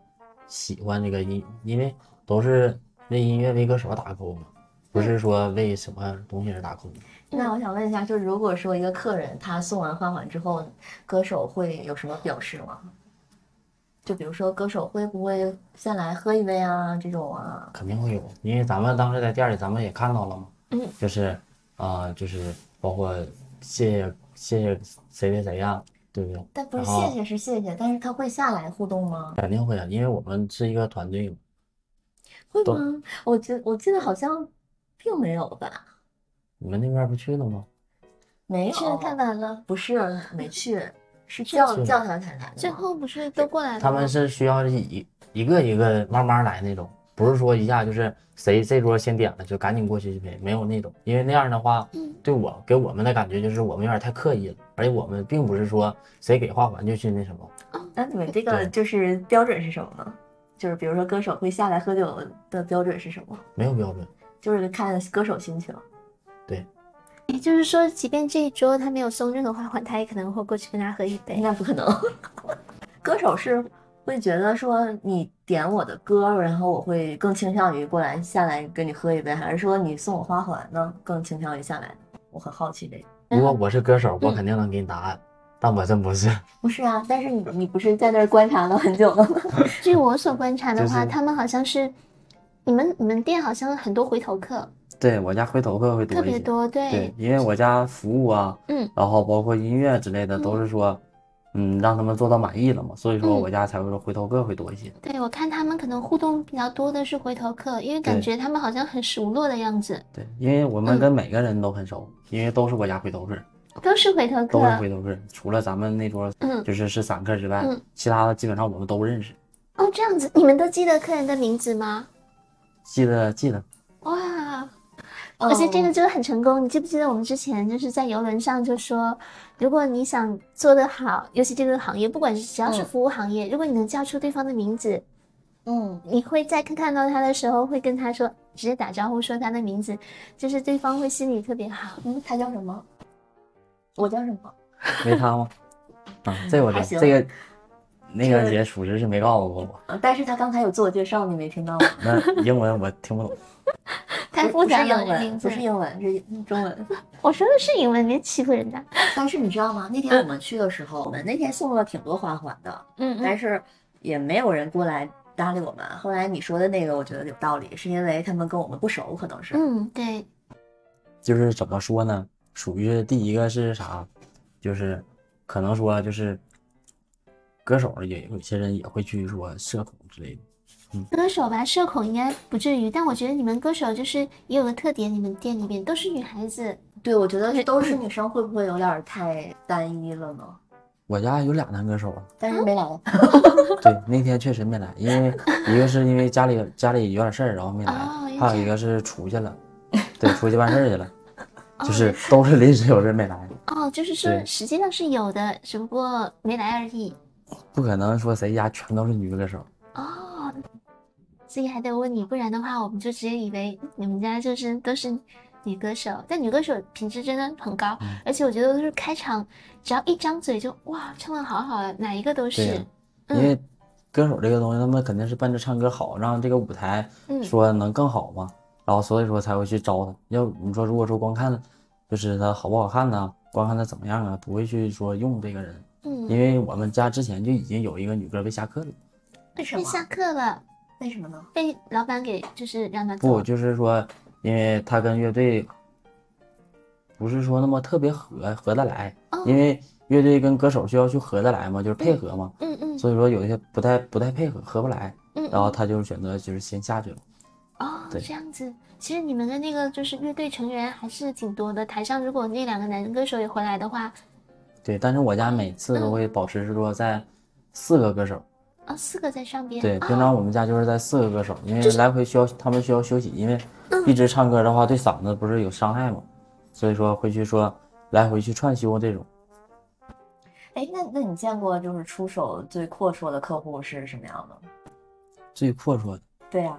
Speaker 4: 喜欢这个音，因为都是为音乐为歌手打勾嘛，不是说为什么东西而打勾。
Speaker 1: 那我想问一下，就是如果说一个客人他送完花环之后，歌手会有什么表示吗？就比如说歌手会不会先来喝一杯啊这种啊？
Speaker 4: 肯定会有，因为咱们当时在店里，咱们也看到了嘛，
Speaker 3: 嗯，
Speaker 4: 就是啊、就是包括谢谢谢谢谁谁谁呀、对不对？
Speaker 1: 但不是
Speaker 4: 然后
Speaker 1: 谢谢是谢谢，但是他会下来互动吗？
Speaker 4: 肯定会啊，因为我们是一个团队嘛，
Speaker 1: 会
Speaker 4: 都
Speaker 1: 吗？我记我记得好像并没有吧，
Speaker 4: 你们那边不去了吗？
Speaker 1: 没有，
Speaker 3: 去的太晚了，
Speaker 1: 哦不是没去，是叫
Speaker 4: 是
Speaker 1: 叫他才来的吗。
Speaker 3: 最后不是都过来了吗？
Speaker 4: 他们是需要一一个一个慢慢来那种，不是说一下就是谁这桌先点了就赶紧过去去陪，没有那种，因为那样的话，
Speaker 3: 嗯
Speaker 4: 对我给我们的感觉就是我们有点太刻意了，而且我们并不是说谁给花环就去那什么，
Speaker 1: 那你们这个就是标准是什么呢？就是比如说歌手会下来喝酒的标准是什么？
Speaker 4: 没有标准。
Speaker 1: 就是看歌手心情。
Speaker 3: 也就是说，即便这一桌他没有送任何花环，他也可能会过去跟他喝一杯。
Speaker 1: 那不可能。 (laughs) 歌手是会觉得说你点我的歌，然后我会更倾向于过来下来跟你喝一杯，还是说你送我花环呢？更倾向于下来。我很好奇这个。
Speaker 4: 如果我是歌手，我
Speaker 3: 嗯
Speaker 4: 肯定能给你答案，但我真不是。
Speaker 1: 不是啊，但是你你不是在那儿观察了很久了 (laughs) 吗？
Speaker 3: 据我所观察的话，
Speaker 4: 就是
Speaker 3: 他们好像是，你们你们店好像很多回头客，
Speaker 2: (laughs) 对我家回头客会多
Speaker 3: 特
Speaker 2: 一些，
Speaker 3: 别多，对，
Speaker 2: 对，因为我家服务啊，
Speaker 3: 嗯，
Speaker 2: 然后包括音乐之类的，
Speaker 3: 嗯
Speaker 2: 都是说，嗯，让他们做到满意了嘛，所以说
Speaker 3: 嗯
Speaker 2: 我家才会说回头客会多一些。
Speaker 3: 对我看他们可能互动比较多的是回头客，因为感
Speaker 2: 对
Speaker 3: 觉他们好像很熟络的样子，
Speaker 2: 对，因为我们
Speaker 3: 嗯
Speaker 2: 跟每个人都很熟，因为都是我家回头客，
Speaker 3: 都是回头
Speaker 2: 都是
Speaker 3: 客，
Speaker 2: 回头客，除了咱们那桌
Speaker 3: 啊嗯，
Speaker 2: 就是是散客之外
Speaker 3: 嗯，
Speaker 2: 其他的基本上我们都认识，
Speaker 3: 哦，这样子，你们都记得客人的名字吗？
Speaker 2: 记得记得，
Speaker 3: 哇，而且
Speaker 1: 嗯哦
Speaker 3: 这个真的很成功。你记不记得我们之前就是在游轮上就说，如果你想做得好，尤其这个行业，不管是只要是
Speaker 1: 嗯
Speaker 3: 服务行业，如果你能叫出对方的名字，
Speaker 1: 嗯，
Speaker 3: 你会在看看到他的时候会跟他说，直接打招呼说他的名字，就是对方会心里特别好。
Speaker 1: 嗯，他叫什么？我叫什么？
Speaker 2: 没他吗？啊，这我
Speaker 1: 还
Speaker 2: 这
Speaker 1: 行
Speaker 2: 这个，那
Speaker 1: 这
Speaker 2: 个
Speaker 1: 个
Speaker 2: 也属实是没告诉过我，
Speaker 1: 呃但是他刚才有自我介绍，你没听到吗？
Speaker 2: 那英文我听不懂。
Speaker 3: 太
Speaker 1: 不
Speaker 3: 复
Speaker 1: 不是
Speaker 3: 杂
Speaker 1: 英
Speaker 3: 了，名
Speaker 1: 文，
Speaker 3: 字
Speaker 1: 不是英文，是中文。
Speaker 3: 我说的是英文，别欺负人家。
Speaker 1: 但是你知道吗？那天我们去的时候，我们那天送了挺多花环的，
Speaker 3: 嗯
Speaker 1: 但
Speaker 2: 哎
Speaker 3: 嗯，
Speaker 1: 是也没有人过来搭理我们。后来你说的那个，我觉得有道理，是因为他们跟我们不熟，可能是。
Speaker 3: 嗯，对，
Speaker 2: 就是怎么说呢？属于是第一个是啥？就是可能说就是歌手儿也有些人也会去说社恐之类的。
Speaker 3: 歌手吧，社恐应该不至于，但我觉得你们歌手就是也有个特点，你们店里面都是女孩子，
Speaker 1: 对，我觉得都
Speaker 3: 嗯
Speaker 1: 是女生，会不会有点太单一了呢？
Speaker 2: 我家有俩男歌手儿，
Speaker 1: 但
Speaker 3: 嗯
Speaker 1: 是没来，
Speaker 2: 对，那天确实没来，因为一个是因为家里家里有点事儿，然后没来
Speaker 3: 哦原，
Speaker 2: 还有一个是出去了，对，出去办事儿去了，就是都是临时有事没来，
Speaker 3: 哦，就是说
Speaker 2: 对
Speaker 3: 实际上是有的，只不过没来而已。
Speaker 2: 不可能说谁家全都是女歌手儿。
Speaker 3: 哦，所以还得问你，不然的话我们就直接以为你们家就是都是女歌手，但女歌手品质真的很高，
Speaker 2: 嗯
Speaker 3: 而且我觉得都是开场只要一张嘴就哇唱的好好啊，哪一个都
Speaker 2: 对呀
Speaker 3: 是。嗯
Speaker 2: 因为歌手这个东西，他们肯定是奔着唱歌好，让这个舞台
Speaker 3: 嗯
Speaker 2: 说能更好嘛，然后所以说才会去招他。要你说如果说光看就是他好不好看呢，光看他怎么样啊，不会去说用这个人，
Speaker 3: 嗯，
Speaker 2: 因为我们家之前就已经有一个女歌被下课了，
Speaker 1: 为什
Speaker 3: 被
Speaker 1: 么？
Speaker 3: 下课了，
Speaker 1: 为什么呢？
Speaker 3: 被老板给就是让他
Speaker 2: 不
Speaker 3: 走。
Speaker 2: 就是说，因为他跟乐队不是说那么特别合合得来，
Speaker 3: 哦
Speaker 2: 因为乐队跟歌手需要去合得来嘛，就是配合嘛，
Speaker 3: 嗯嗯
Speaker 2: 所以说有一些不太不太配合，合不来，
Speaker 3: 嗯，
Speaker 2: 然后
Speaker 3: 嗯
Speaker 2: 他就是选择就是先下去了。
Speaker 3: 哦，
Speaker 2: 对
Speaker 3: 这样子。其实你们的那个就是乐队成员还是挺多的，台上如果那两个男歌手也回来的话，
Speaker 2: 对，但是我家每次都
Speaker 3: 嗯
Speaker 2: 会保持是说在四个歌手，
Speaker 3: 哦，四个在上边。
Speaker 2: 对，
Speaker 3: 哦
Speaker 2: 平常我们家就是在四个歌手，因为来回需要他们需要休息，因为
Speaker 3: 嗯
Speaker 2: 一直唱歌的话对嗓子不是有伤害嘛，所以说会去说来回去串休这种。
Speaker 1: 哎，那那你见过就是出手最阔绰的客户是什么样的？
Speaker 2: 最阔绰的，
Speaker 1: 对呀、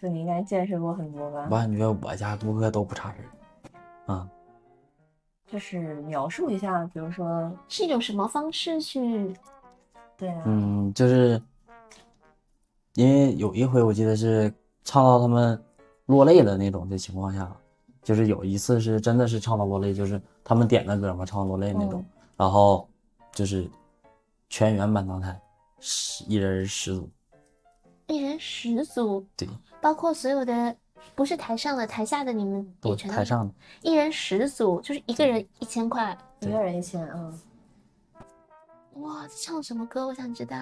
Speaker 1: 对，你应该见识过很
Speaker 3: 啊
Speaker 1: 多吧？
Speaker 2: 我感觉我家顾客都不差事儿，啊，
Speaker 1: 就是描述一下，比如说，
Speaker 3: 是一种什么方式去？
Speaker 1: 对啊，
Speaker 2: 嗯，就是因为有一回我记得是唱到他们落泪了那种的情况下，就是有一次是真的是唱到落泪，就是他们点的歌嘛，唱到落泪那
Speaker 3: 哦
Speaker 2: 种，然后就是全员满堂彩，十一人十组，
Speaker 3: 一人十组，
Speaker 2: 对，
Speaker 3: 包括所有的，不是台上的，台下的你们
Speaker 2: 不
Speaker 3: 也全都
Speaker 2: 台上的，
Speaker 3: 一人十组，就是一个人一千块。
Speaker 1: 一个人一千，嗯，
Speaker 3: 哇，这唱什么歌？我想知道。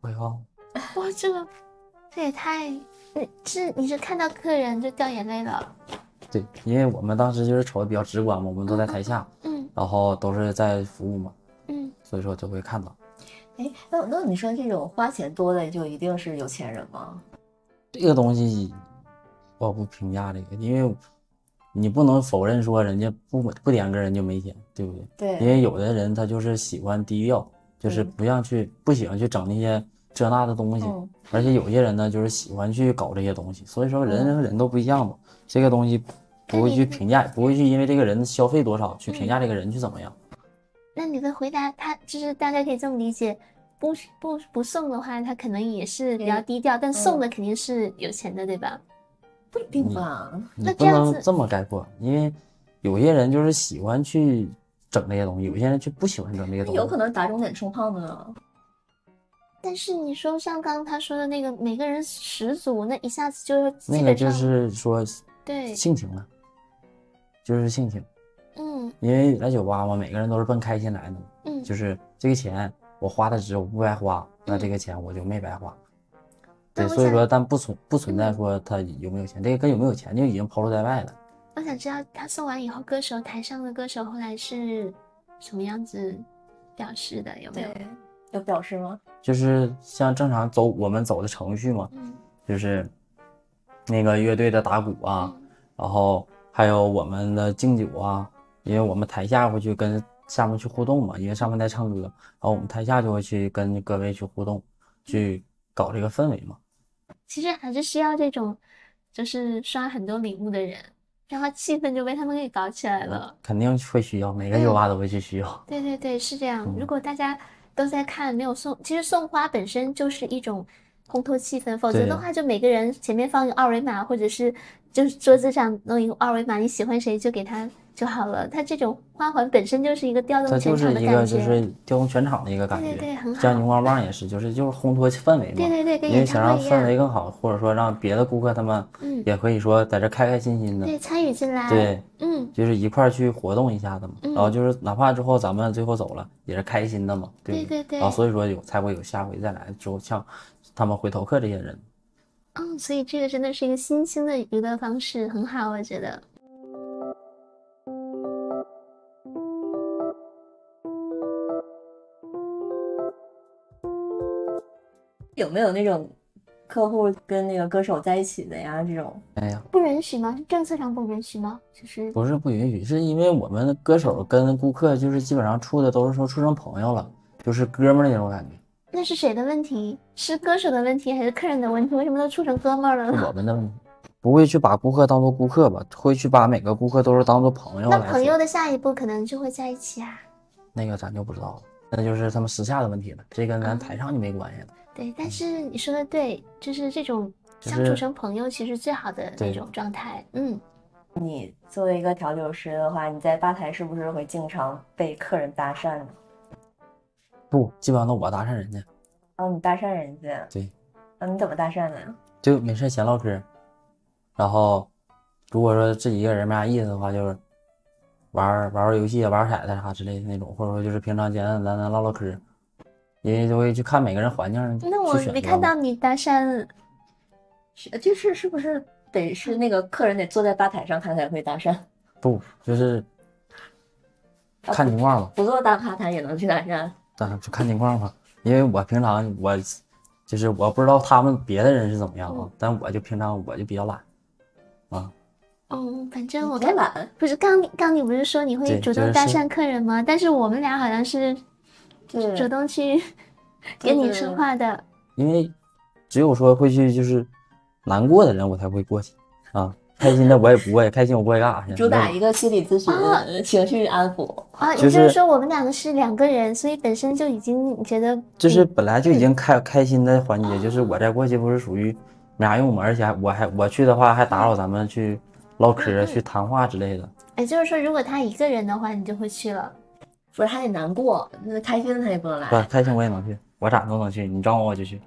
Speaker 2: 我靠，
Speaker 3: 哇，这个这也太……你是你是看到客人就掉眼泪了？
Speaker 2: 对，因为我们当时就是瞅的比较直观嘛，我们都在台下，
Speaker 3: 嗯
Speaker 2: 然后都是在服务嘛，
Speaker 3: 嗯，
Speaker 2: 所以说就会看到。
Speaker 1: 哎，那那你说这种花钱多的就一定是有钱人吗？
Speaker 2: 这个东西我不评价这个，因为你不能否认说人家不不点歌人就没钱，对不对？因
Speaker 1: 对，
Speaker 2: 为有的人他就是喜欢低调，就是
Speaker 1: 嗯
Speaker 2: 不想去不喜欢去整那些这那的东西，
Speaker 3: 哦
Speaker 1: 嗯
Speaker 2: 而且有些人呢就是喜欢去搞这些东西，所以说
Speaker 3: 哦
Speaker 2: 人和人都不一样嘛，这个东西不会去评价，不会去因为这个人消费多少去评
Speaker 3: 嗯
Speaker 2: 价这个人去怎么样。
Speaker 3: 那你的回答，他就是大家可以这么理解，不不不送的话，他可能也是比较
Speaker 1: 嗯
Speaker 3: 低调，但送的肯定是有钱的，对吧？
Speaker 1: 不一定吧？
Speaker 2: 你
Speaker 3: 那
Speaker 2: 不
Speaker 3: 这样
Speaker 2: 能
Speaker 3: 子
Speaker 2: 这么概括，因为有些人就是喜欢去整这些东西，有些人却不喜欢整这些东西。
Speaker 1: 有可能打肿脸充胖子呢。
Speaker 3: 但是你说像刚刚他说的那个，每个人十组，那一下子就基
Speaker 2: 那个
Speaker 3: 本
Speaker 2: 就
Speaker 3: 上
Speaker 2: 是说
Speaker 3: 对，
Speaker 2: 性情了，就是性情，
Speaker 3: 嗯
Speaker 2: 因为来酒吧嘛，每个人都是奔开心来的嘛，
Speaker 3: 嗯，
Speaker 2: 就是这个钱我花的值，我不白花，那这
Speaker 3: 嗯
Speaker 2: 个钱我就没白花。对，
Speaker 3: 那我
Speaker 2: 所以
Speaker 3: 想
Speaker 2: 说，但不存不存在
Speaker 3: 嗯
Speaker 2: 说他有没有钱，这个跟有没有钱就已经抛诸在外了。
Speaker 3: 我想知道他送完以后，歌手台上的歌手后来是什么样子表示的？有没嗯有？，
Speaker 1: 有表示吗？
Speaker 2: 就是像正常走我们走的程序嘛，
Speaker 3: 嗯
Speaker 2: 就是那个乐队的打鼓啊，
Speaker 3: 嗯
Speaker 2: 然后还有我们的敬酒啊，因为我们台下会去跟下面去互动嘛，因为上面在唱歌，然后我们台下就会去跟各位去互动，去搞这个氛围嘛。
Speaker 3: 其实还是需要这种，就是刷很多礼物的人，然后气氛就被他们给搞起来了。嗯
Speaker 2: 肯定会需要，每个酒吧都会去需要。
Speaker 3: 对对对，是这样。如
Speaker 2: 嗯
Speaker 3: 果大家都在看，没有送，其实送花本身就是一种烘托气氛，否则
Speaker 2: 对
Speaker 3: 的话，就每个人前面放一个二维码，或者是就是桌子上弄一个二维码，你喜欢谁就给他就好了。他这种花环本身就是一个调
Speaker 2: 它
Speaker 3: 动
Speaker 2: 就
Speaker 3: 全
Speaker 2: 是
Speaker 3: 场的
Speaker 2: 一个
Speaker 3: 感
Speaker 2: 就
Speaker 3: 觉，
Speaker 2: 是调动全场的一个感
Speaker 3: 对
Speaker 2: 觉，
Speaker 3: 对对很好
Speaker 2: 像牛光棒也是，就是就是烘托氛围嘛。
Speaker 3: 对对对，跟
Speaker 2: 因为
Speaker 3: 演
Speaker 2: 想
Speaker 3: 唱
Speaker 2: 让
Speaker 3: 会一
Speaker 2: 氛围
Speaker 3: 样，
Speaker 2: 更好，或者说让别的顾客他们
Speaker 3: 嗯，
Speaker 2: 也可以说在这开开心心的，
Speaker 3: 对，参与进来，
Speaker 2: 对，
Speaker 3: 嗯，
Speaker 2: 就是一块儿去活动一下子嘛。
Speaker 3: 嗯
Speaker 2: 然后就是哪怕之后咱们最后走了，也是开心的嘛，
Speaker 3: 对
Speaker 2: 不对
Speaker 3: 对对
Speaker 2: 然后所以说有才会有下回再来之后，像他们回头客这些人，
Speaker 3: 嗯，所以这个真的是一个新兴的娱乐方式，很好，我觉得。
Speaker 1: 有没有那种客户跟那个歌手在一起的呀？这种
Speaker 2: 哎呀，
Speaker 3: 不允许吗？是政策上不允许吗？就是
Speaker 2: 不是不允许，是因为我们歌手跟顾客就是基本上处的都是说处成朋友了，就是哥们儿那种感觉，
Speaker 3: 那是谁的问题？是歌手的问题还是客人的问题？为什么都处成哥们儿了
Speaker 2: 是
Speaker 3: 呢？
Speaker 2: 我们的问题。不会去把顾客当做顾客吧，会去把每个顾客都是当做朋友
Speaker 3: 那
Speaker 2: 来处
Speaker 3: 朋友的下一步可能就会在一起啊。
Speaker 2: 那个咱就不知道了，那就是他们私下的问题了，这跟咱台上就没关系了。
Speaker 3: 对，但是你说的对，就是这种
Speaker 2: 就
Speaker 3: 相处
Speaker 2: 是
Speaker 3: 成朋友，其实最好的那
Speaker 2: 对
Speaker 3: 种状态。嗯，
Speaker 1: 作为一个调酒师的话，你在吧台是不是会经常被客人搭讪呢？
Speaker 2: 不，基本上都我搭讪人家，
Speaker 1: 啊，你搭讪人家？
Speaker 2: 对。
Speaker 1: 啊，你怎么搭讪的呀？
Speaker 2: 就没事闲唠嗑儿。然后，如果说自己一个人没啥意思的话，就是玩儿玩儿游戏、啊玩儿骰子啥之类的那种，或者说就是平常简简单单唠唠嗑儿。因为就会去看每个人环境去选择
Speaker 3: 那
Speaker 2: 嘛。
Speaker 3: 我没看到你搭讪，
Speaker 1: 是，呃就是是不是得是那个客人得坐在吧台上他才会搭讪，
Speaker 2: 不，就是
Speaker 1: 啊
Speaker 2: 看
Speaker 1: 不
Speaker 2: 情况吧，
Speaker 1: (laughs) 不坐大吧台也能去搭讪？
Speaker 2: 当然就看情况吧。因为我平常我就是我不知道他们别的人是怎么样啊，但我就平常我就比较懒，
Speaker 3: 嗯，反正我
Speaker 1: 我
Speaker 3: 看
Speaker 1: 太懒，
Speaker 3: 不是刚刚你不是说你会
Speaker 2: 对
Speaker 3: 主
Speaker 2: 就
Speaker 3: 动
Speaker 2: 是
Speaker 3: 搭
Speaker 2: 说
Speaker 3: 讪客人吗？但是我们俩好像是
Speaker 1: 对
Speaker 3: 主动去
Speaker 1: 对
Speaker 3: 跟你
Speaker 1: 对
Speaker 3: 说
Speaker 1: 对
Speaker 3: 话的。
Speaker 2: 因为只有说会去就是难过的人我才会过去啊，开心的我也不过去，开心我过去干啥去？
Speaker 1: 主打
Speaker 2: 没有
Speaker 1: 一个心理咨询、
Speaker 3: 啊
Speaker 1: 情绪安抚，
Speaker 3: 啊，也
Speaker 2: 就
Speaker 3: 就是
Speaker 2: 是
Speaker 3: 说我们两个是两个人，所以本身就已经你觉得
Speaker 2: 就是
Speaker 5: 嗯
Speaker 3: 比
Speaker 2: 本来就已经开开心的环节，就是我在过去不是属于没啥用嘛，而且还我还我去的话还
Speaker 5: 嗯
Speaker 2: 打扰咱们去唠嗑、去谈话之类的。
Speaker 3: 也哎就是说，如果他一个人的话，你就会去了。
Speaker 1: 不是他也难过，那开心他也不能
Speaker 5: 哎
Speaker 2: 不
Speaker 1: 来。
Speaker 2: 开心我也能去，我咋都能去，你找我我就去。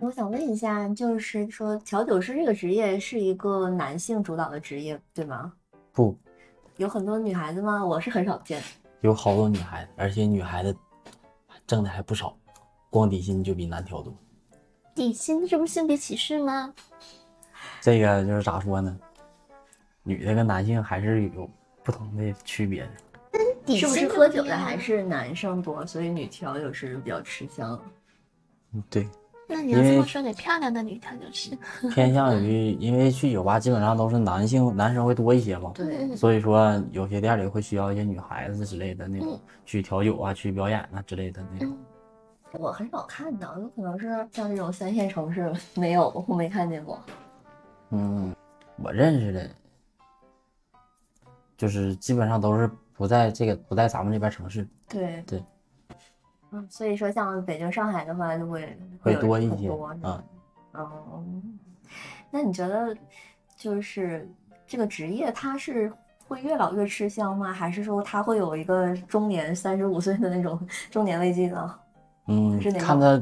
Speaker 1: 我想问一下，就是说调酒师这个职业是一个男性主导的职业，对吗？
Speaker 2: 不，
Speaker 1: 有很多女孩子吗？我是很少见。
Speaker 5: 有好多女孩子，而且女孩子挣的还不少，光底薪就比男调多。
Speaker 3: 底薪这不是性别歧视吗？
Speaker 2: 这个就是咋说呢，女的跟男性还是有不同的区别的。
Speaker 3: 底
Speaker 1: 是
Speaker 3: 薪
Speaker 1: 不是
Speaker 3: 就
Speaker 1: 喝
Speaker 3: 一
Speaker 1: 酒的
Speaker 3: 样
Speaker 1: 还
Speaker 3: 吗？
Speaker 1: 是男生多，所以女调酒师比较吃香？
Speaker 2: 嗯对，
Speaker 3: 那你要
Speaker 2: 因
Speaker 3: 这
Speaker 2: 为
Speaker 3: 么说，得漂亮的女调酒师，
Speaker 2: 偏向
Speaker 5: (laughs)
Speaker 2: 于因为去酒吧基本上都是男性男生会多一些嘛，
Speaker 1: 对，
Speaker 2: 所以说有些店里会需要一些女孩子之类的那种
Speaker 3: 嗯
Speaker 2: 去调酒啊、去表演啊之类的那种。
Speaker 1: 我很少看到，有可能是像这种三线城市没有，我没看见过。
Speaker 2: 嗯，我认识的，就是基本上都是不在这个不在咱们这边城市，
Speaker 1: 对
Speaker 2: 对，
Speaker 1: 嗯，所以说像北京、上海的话，就会
Speaker 2: 会
Speaker 1: 有
Speaker 2: 多一
Speaker 1: 很
Speaker 2: 些
Speaker 1: 多
Speaker 2: 啊。
Speaker 1: 嗯，那你觉得就是这个职业，它是会越老越吃香吗？还是说它会有一个中年三十五岁的那种 (laughs) 中年危机呢？
Speaker 2: 嗯
Speaker 1: 是哪，
Speaker 2: 看他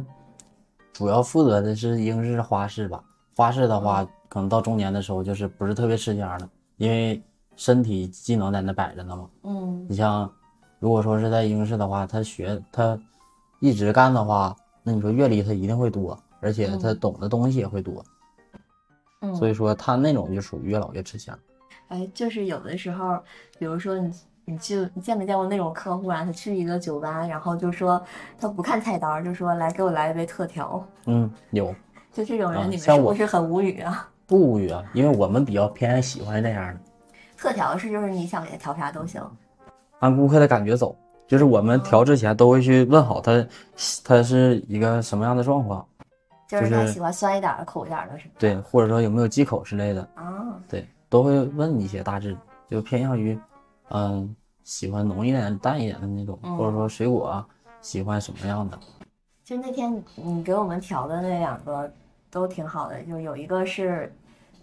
Speaker 2: 主要负责的是应是花市吧。花市的话，可能到中年的时候就是不是特别吃香了，因为身体技能在那摆着呢嘛。
Speaker 1: 嗯
Speaker 2: 你像，如果说是在英式的话，他学他一直干的话，那你说阅历他一定会多，而且他
Speaker 1: 嗯
Speaker 2: 懂的东西也会多，
Speaker 1: 嗯，
Speaker 2: 所以说他那种就属于越老越吃香。
Speaker 1: 哎，就是有的时候，比如说你你就你见没见过那种客户啊，他去一个酒吧，然后就说他不看菜单儿，就说来给我来一杯特调，
Speaker 2: 嗯，有
Speaker 1: 就这种人，
Speaker 2: 啊
Speaker 1: 你们
Speaker 2: 像
Speaker 1: 是不
Speaker 2: 我
Speaker 1: 是很无语啊？
Speaker 2: 不无语啊，因为我们比较偏喜欢这样的，
Speaker 1: 特调是就是你想给他调啥都行，
Speaker 2: 按顾客的感觉走。就是我们调之前都会去问好他，他是一个什么样的状况，
Speaker 1: 就是他
Speaker 2: 就是
Speaker 1: 喜欢酸一点儿、苦一点儿的是吧？
Speaker 2: 对，或者说有没有忌口之类的，
Speaker 1: 啊，
Speaker 2: 对，都会问一些大致，就偏向于，嗯，喜欢浓一点、淡一点的那种，
Speaker 1: 嗯
Speaker 2: 或者说水果啊、喜欢什么样的。
Speaker 1: 就那天你你给我们调的那两个都挺好的，就有一个是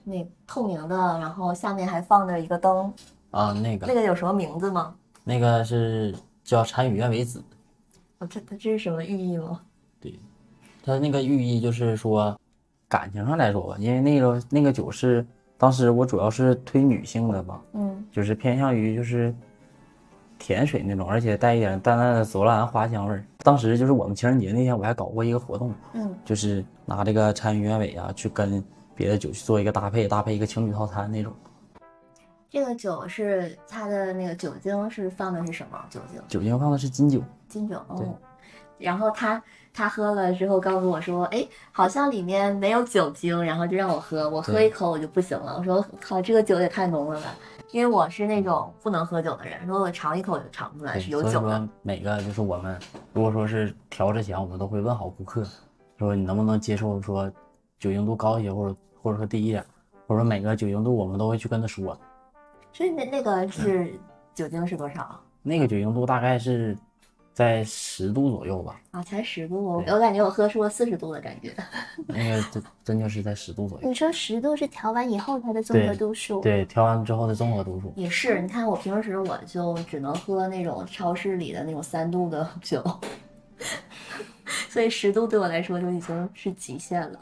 Speaker 1: 那透明的，然后下面还放着一个灯，
Speaker 2: 啊，那
Speaker 1: 那
Speaker 2: 个
Speaker 1: 个有什么名字吗？
Speaker 2: 那个是叫产与愿为子，
Speaker 1: 哦这它这是什么寓意吗？
Speaker 2: 它那个寓意就是说，感情上来说吧，因为那个那个酒是当时我主要是推女性的吧，
Speaker 1: 嗯
Speaker 2: 就是偏向于就是甜水那种，而且带一点淡淡的索兰花香味儿。当时就是我们情人节那天，我还搞过一个活动，
Speaker 1: 嗯
Speaker 2: 就是拿这个产与愿违啊，去跟别的酒去做一个搭配，搭配一个情侣套餐那种。
Speaker 1: 这个酒是它的那个酒精是放的是什么酒精？
Speaker 2: 酒精放的是金酒，
Speaker 1: 金酒。
Speaker 2: 对
Speaker 1: 哦然后他他喝了之后告诉我说，哎，好像里面没有酒精，然后就让我喝，我喝
Speaker 2: 对
Speaker 1: 一口我就不行了。我说靠，这个酒也太浓了吧，因为我是那种不能喝酒的人，如果我尝一口我就尝不出来
Speaker 2: 对，
Speaker 1: 是有
Speaker 2: 所以
Speaker 1: 酒的
Speaker 2: 说。每个就是我们如果说是调之前，我们都会问好顾客，说你能不能接受说酒精度高一些，或者或者说低一点，或者说每个酒精度我们都会去跟他说，
Speaker 1: 所以那那个是酒精是多少啊
Speaker 2: 那个酒精度大概是在十度左右吧，
Speaker 1: 啊？才十度，我
Speaker 2: 对
Speaker 1: 我感觉我喝出了四十度的感觉。
Speaker 2: 那个真真就是在十度左右。
Speaker 3: 你说十度是调完以后它的综合
Speaker 2: 对
Speaker 3: 度数，
Speaker 2: 对，调完之后的综合度数，
Speaker 1: 也是，你看我平时我就只能喝那种超市里的那种三度的酒， (laughs) 所以十度对我来说就已经是极限了。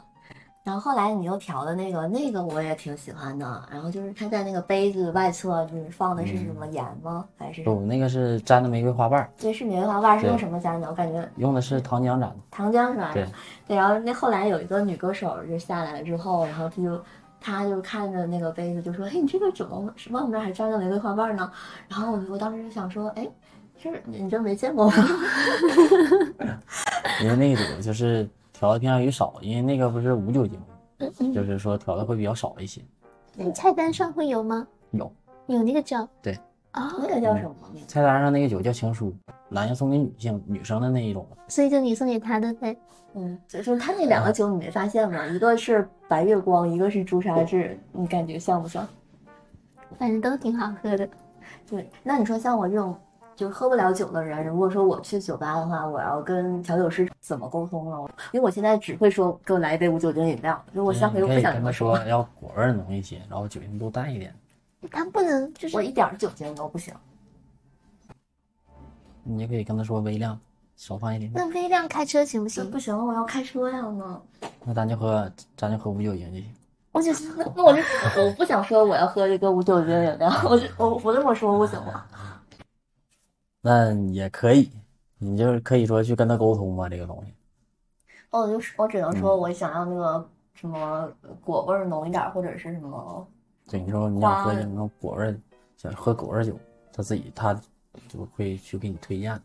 Speaker 1: 然后后来你又调的那个，那个我也挺喜欢的。然后就是它在那个杯子外侧，就是放的是什么盐吗？还是什么？
Speaker 2: 不，那个是沾的玫瑰花瓣儿，
Speaker 1: 对，是棉花瓣，是用
Speaker 2: 哦对
Speaker 1: 什么粘的？我感觉
Speaker 2: 用的是糖浆沾的。
Speaker 1: 糖浆是吧？
Speaker 2: 对
Speaker 1: 对，然后那后来有一个女歌手就下来了之后，然后她就她就看着那个杯子就说：“哎嘿，你这个怎么往我们这儿还沾了玫瑰花瓣呢？”然后我我当时就想说：“哎，这你你这没见过吗？ (laughs)
Speaker 2: 因为那个酒就是调的偏向于少，因为那个不是无酒精，
Speaker 3: 嗯
Speaker 2: 就是说调的会比较少一些。
Speaker 3: 你菜单上会有吗？
Speaker 2: 有，
Speaker 3: 有那个酒。
Speaker 2: 对。
Speaker 3: 啊、
Speaker 1: 那个叫什么名字？
Speaker 2: 菜单上那个酒叫情书，男性送给女性，女生的那一种。
Speaker 3: 所以就你送给他的呗。
Speaker 1: 嗯，就就是他那两个酒，你没发现吗？一个是白月光，一个是朱砂痣，你感觉像不像？
Speaker 3: 反正都挺好喝的。
Speaker 1: 对，那你说像我这种就是喝不了酒的人，如果说我去酒吧的话，我要跟调酒师怎么沟通呢？啊因为我现在只会说给我来一杯无酒精饮料，如果下回又
Speaker 2: 啊嗯你
Speaker 1: 不
Speaker 2: 可以
Speaker 1: 想
Speaker 2: 跟
Speaker 1: 这
Speaker 2: 他
Speaker 1: 么说
Speaker 2: 说，要果味儿浓一些，然后酒精度淡一点。
Speaker 3: 他不能就
Speaker 1: 我
Speaker 3: 是
Speaker 1: 一点儿酒精都不行。
Speaker 2: 你就可以跟他说微量，少放一点。
Speaker 3: 那微量开车行不行？
Speaker 1: 不行，我要开车呀呢。
Speaker 2: 那咱就喝，咱就喝无酒精就行。
Speaker 3: 我就
Speaker 1: 那我就我不想说我要喝一个无酒精饮料，我就我我这么说不行吗？
Speaker 2: 那也可以，你就是可以说去跟他沟通吧，这个东西。
Speaker 1: 哦，我就是我只能
Speaker 2: 嗯
Speaker 1: 说我想要那个什么果味儿浓一点儿，或者是什么
Speaker 2: 对，你说你想喝
Speaker 1: 花
Speaker 2: 那种果味儿，想喝果味儿酒，他自己他就会去给你推荐，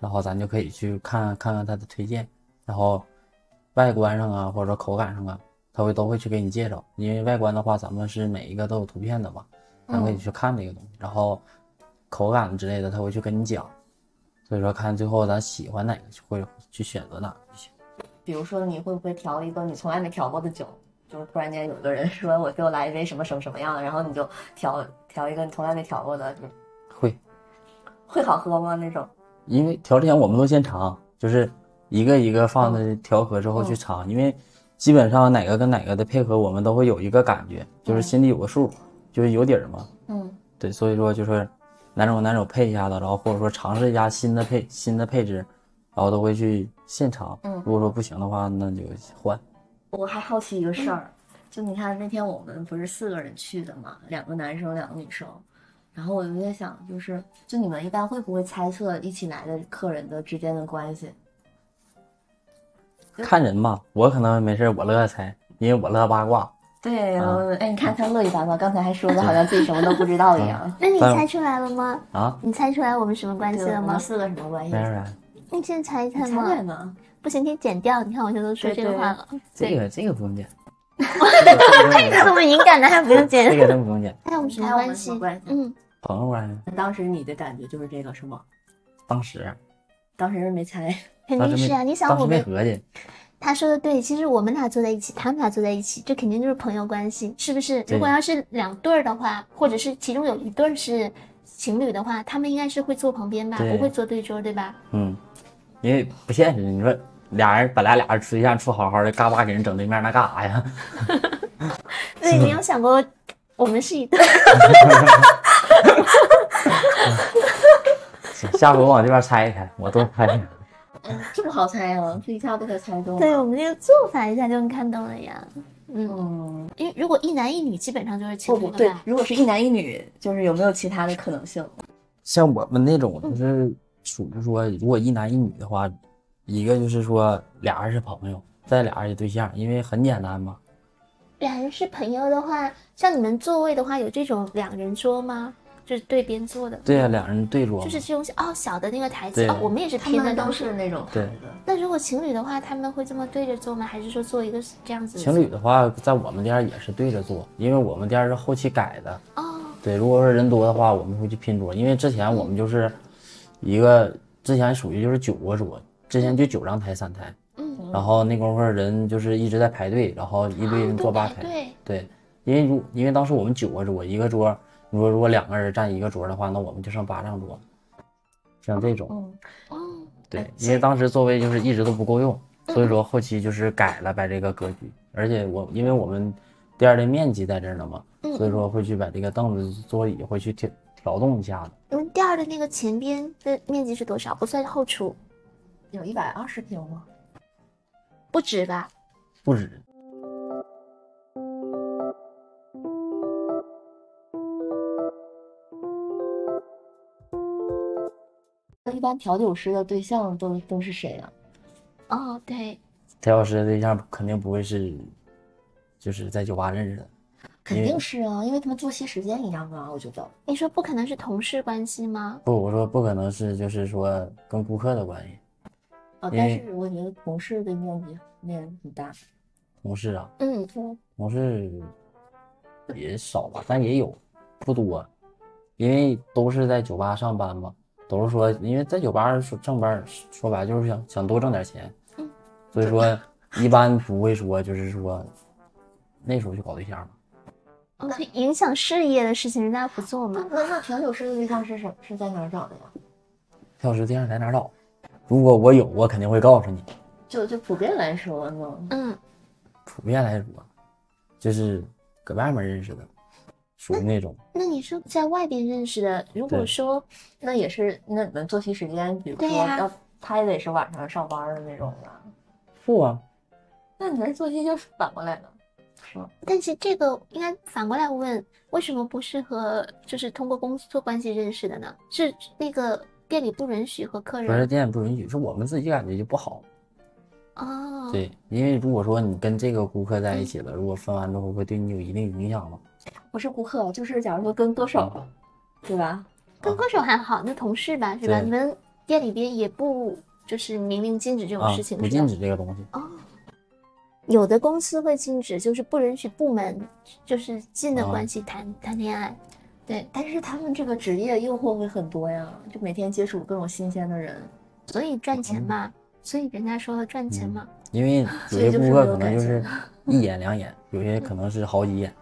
Speaker 2: 然后咱就可以去看看看他的推荐，然后外观上啊，或者说口感上啊，他会都会去给你介绍。因为外观的话，咱们是每一个都有图片的嘛，咱可以去看这个东西，然后口感之类的，他会去跟你讲。所以说，看最后咱喜欢哪个，就会去选择哪个就行。
Speaker 1: 比如说，你会不会调一个你从来没调过的酒？就是突然间有一个人说：“我给我来一杯什么什么什么样的”，然后你就调调一个你从来没调过的，就是
Speaker 2: 会，
Speaker 1: 会好喝吗？那种
Speaker 2: 因为调之前我们都先尝，就是一个一个放的
Speaker 3: 嗯
Speaker 2: 调和之后去尝，因为基本上哪个跟哪个的配合，我们都会有一个感
Speaker 3: 嗯
Speaker 2: 觉，就是心里有个数，就是有底儿嘛。
Speaker 1: 嗯，
Speaker 2: 对，所以说就是哪种哪种配一下子，然后或者说尝试一下新的配新的配置，然后都会去现尝。
Speaker 1: 嗯
Speaker 2: 如果说不行的话，那就换。
Speaker 1: 我还好奇一个事儿，就你看那天我们不是四个人去的嘛，两个男生，两个女生，然后我就在想，就是就你们一般会不会猜测一起来的客人的之间的关系？
Speaker 3: 嗯
Speaker 2: 看人吧，我可能没事儿，我乐意猜，因为我乐八卦。
Speaker 1: 对，
Speaker 2: 啊
Speaker 1: 嗯哎，你看他乐意八卦，刚才还说的好像自己什么都不知道一样。
Speaker 3: 那你
Speaker 2: 但
Speaker 3: 猜出来了吗？
Speaker 2: 啊，
Speaker 3: 你猜出来我们什么关系
Speaker 1: 对，
Speaker 3: 了
Speaker 1: 我们
Speaker 3: 吗？
Speaker 1: 四个什么关
Speaker 3: 嗯
Speaker 1: 系
Speaker 2: 没？事儿，
Speaker 3: 那现在猜一猜
Speaker 1: 猜
Speaker 3: 吗
Speaker 1: 对？吗？
Speaker 3: 不行，可以剪掉。你看我现在都说
Speaker 1: 对
Speaker 3: 这个
Speaker 1: 对
Speaker 3: 话 (laughs) 了，
Speaker 2: 这个这个不用
Speaker 3: (laughs)
Speaker 2: 剪，
Speaker 3: 这么敏感的还不用
Speaker 2: 这
Speaker 3: (laughs) 剪？
Speaker 2: 个真不用剪，
Speaker 3: 猜我们什么
Speaker 1: 猜我们什
Speaker 3: 关系
Speaker 1: 么？关系
Speaker 3: 嗯，
Speaker 2: 朋友啊关系。
Speaker 1: 当时你的感觉就是这个是吗？
Speaker 2: 当时
Speaker 1: 当时没猜，
Speaker 3: 肯
Speaker 2: 当
Speaker 3: 定
Speaker 2: 时
Speaker 3: 是啊。
Speaker 2: 没，
Speaker 3: 你想
Speaker 2: 当
Speaker 3: 我
Speaker 2: 时没
Speaker 3: 们
Speaker 2: 合计。
Speaker 3: 他说的对，其实我们俩坐在一起，他们俩坐在一起，这肯定就是朋友关系，是不是？
Speaker 2: 对
Speaker 3: 如果要是两对儿的话，或者是其中有一对儿是情侣的话，他们应该是会坐旁边吧，
Speaker 2: 对
Speaker 3: 不会坐对桌，对吧？
Speaker 2: 嗯，因为不现实，你说俩人本来俩人处对象处好好的，嘎巴给人整对面，那干啥呀？
Speaker 3: 对，你有想过我们是一对儿？
Speaker 2: 行下回我往这边猜一猜，我多猜一猜。
Speaker 1: (laughs) 这么好猜啊，这一下被他猜中了。
Speaker 3: 对，我们这个做法一下就能看懂了呀。嗯，
Speaker 1: 嗯，
Speaker 3: 因为如果一男一女，基本上就是情
Speaker 1: 不
Speaker 3: 侣
Speaker 1: 不
Speaker 3: 的
Speaker 1: 对
Speaker 3: 话，，
Speaker 1: 如果是一男一女，就是有没有其他的可能性？
Speaker 2: (laughs) 像我们那种就是属于说，如果一男一女的话，一个就是说俩人是朋友，再俩人是对象，因为很简单嘛。
Speaker 3: 两啊人是朋友的话，像你们座位的话，有这种两人桌吗？就是对边坐的，
Speaker 2: 对呀、两人对桌嘛。
Speaker 3: 就是这种小哦小的那个台子
Speaker 2: 对
Speaker 3: 哦，我们也是
Speaker 1: 他
Speaker 3: 偏的
Speaker 1: 们都
Speaker 3: 当时
Speaker 1: 是那种
Speaker 2: 对
Speaker 1: 牌子
Speaker 3: 那如果情侣的话，他们会这么对着坐吗？还是说做一个这样子？
Speaker 2: 情侣的话，在我们店儿也是对着坐，因为我们店儿是后期改的，
Speaker 3: 哦，
Speaker 2: 对，如果说人多的话，我们会去拼桌，因为之前我们就是一个之前属于就是九个桌，之前就九张台三台，
Speaker 3: 嗯，
Speaker 2: 然后那功夫人就是一直在排队，然后一堆人坐八
Speaker 3: 对
Speaker 2: 排，
Speaker 3: 对，
Speaker 2: 对，因为如因为当时我们九个桌，一个桌如果如果两个人占一个桌的话，那我们就剩八张桌，像这种，
Speaker 1: 嗯，
Speaker 3: 哦，
Speaker 2: 对，因为当时座位就是一直都不够用，所以说后期就是改了把这个格局，而且我因为我们店儿的面积在这儿呢嘛，所以说会去把这个凳子桌椅会去调调动一下子。
Speaker 3: 我们第二的那个前边的面积是多少？不算后厨，
Speaker 1: 有一百二十平吗？
Speaker 3: 不止吧？
Speaker 2: 不止。
Speaker 1: 那一般调酒师的对象都都是谁啊？
Speaker 3: 哦，对，
Speaker 2: 调酒师的对象肯定不会是，就是在酒吧认识的，
Speaker 1: 肯定是啊，因为他们作息时间一样啊，我觉得。
Speaker 3: 你说不可能是同事关系吗？
Speaker 2: 不，我说不可能是，就是说跟顾客的关系，
Speaker 1: 啊，
Speaker 2: 因
Speaker 1: 但
Speaker 2: 为
Speaker 1: 是我觉得同事的面积面积很大。
Speaker 2: 同事啊，
Speaker 3: 嗯，
Speaker 2: 同事也少吧，但也有，不多。
Speaker 6: 因为都是在酒吧上班嘛，都是说，因为在酒吧说上班，说白了就是想想多挣点钱，所以说一般不会说就是说那时候就搞对象了。
Speaker 3: 哦就影响事业的事情，人家不做
Speaker 1: 那
Speaker 3: 嘛。
Speaker 1: 那那调酒师的对象是什是在哪儿找的呀？
Speaker 6: 票是对象在哪儿找？如果我有，我肯定会告诉你。
Speaker 1: 就就普遍来说呢，
Speaker 3: 嗯，
Speaker 6: 普遍来说，就是搁外面认识的，属于那种
Speaker 3: 那你说在外边认识的，如果
Speaker 6: 对
Speaker 3: 说
Speaker 1: 那也是那你们作息时间，比如说
Speaker 3: 对呀
Speaker 1: 要他也得是晚上上班的那种吧？
Speaker 6: 不啊，
Speaker 1: 那你们作息就是反过来的，是吗？
Speaker 3: 但是这个应该反过来问，为什么不是和就是通过工作关系认识的呢？是那个店里不允许和客
Speaker 6: 不是
Speaker 3: 人
Speaker 6: 店也不允许，是我们自己感觉就不好。
Speaker 3: 哦，
Speaker 6: 对，因为如果说你跟这个顾客在一起了，如果分完之后会对你有一定影响吗？
Speaker 1: 不是顾客，就是假如说跟歌手，对吧？
Speaker 3: 跟歌手还好，那同事吧是吧？
Speaker 6: 啊对
Speaker 3: 你们店里边也不就是明令禁止这种
Speaker 6: 啊
Speaker 3: 事情，，
Speaker 6: 不
Speaker 3: 是吧
Speaker 6: 禁止这个东西。
Speaker 3: 有的公司会禁止，就是不允许部门就是近的
Speaker 6: 哦
Speaker 3: 关系谈、谈恋爱。
Speaker 1: 对，但是他们这个职业诱惑会很多呀，就每天接触各种新鲜的人，
Speaker 3: 所以赚
Speaker 6: 嗯
Speaker 3: 钱嘛，所以人家说赚钱嘛，
Speaker 6: 因为有
Speaker 1: 所以
Speaker 6: 些
Speaker 1: 就是
Speaker 6: 顾客
Speaker 1: 没有
Speaker 6: 可能
Speaker 1: 感
Speaker 6: 就
Speaker 1: 情
Speaker 6: 是一眼两眼，有些可能是好几眼，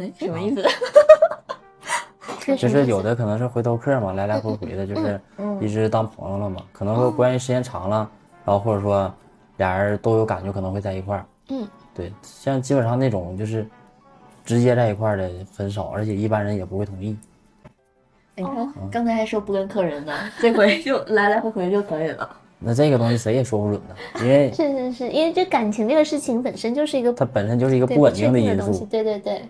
Speaker 1: 哎，什么意思？
Speaker 3: 这
Speaker 6: 就
Speaker 3: 什么
Speaker 6: 是
Speaker 3: 意
Speaker 6: 有
Speaker 3: 思
Speaker 6: 的可能是回头客嘛，来来回回的，就是
Speaker 1: 嗯
Speaker 6: 一直当朋友了嘛。可能说关系时间长了，然后或者说俩人都有感觉，可能会在一块儿。
Speaker 3: 嗯，
Speaker 6: 对，像基本上那种就是直接在一块儿的很少，而且一般人也不会同意。
Speaker 1: 你看，哎刚才还说不跟客人呢，这回就来来回回就可以了。
Speaker 6: 那这个东西谁也说不准的，因为
Speaker 3: 是是是，因为这感情这个事情本身就是一个
Speaker 6: 它本身就是一个
Speaker 3: 对
Speaker 6: 不稳
Speaker 3: 确
Speaker 6: 定的
Speaker 3: 定
Speaker 6: 因
Speaker 3: 东西，
Speaker 6: 素。
Speaker 3: 对对对。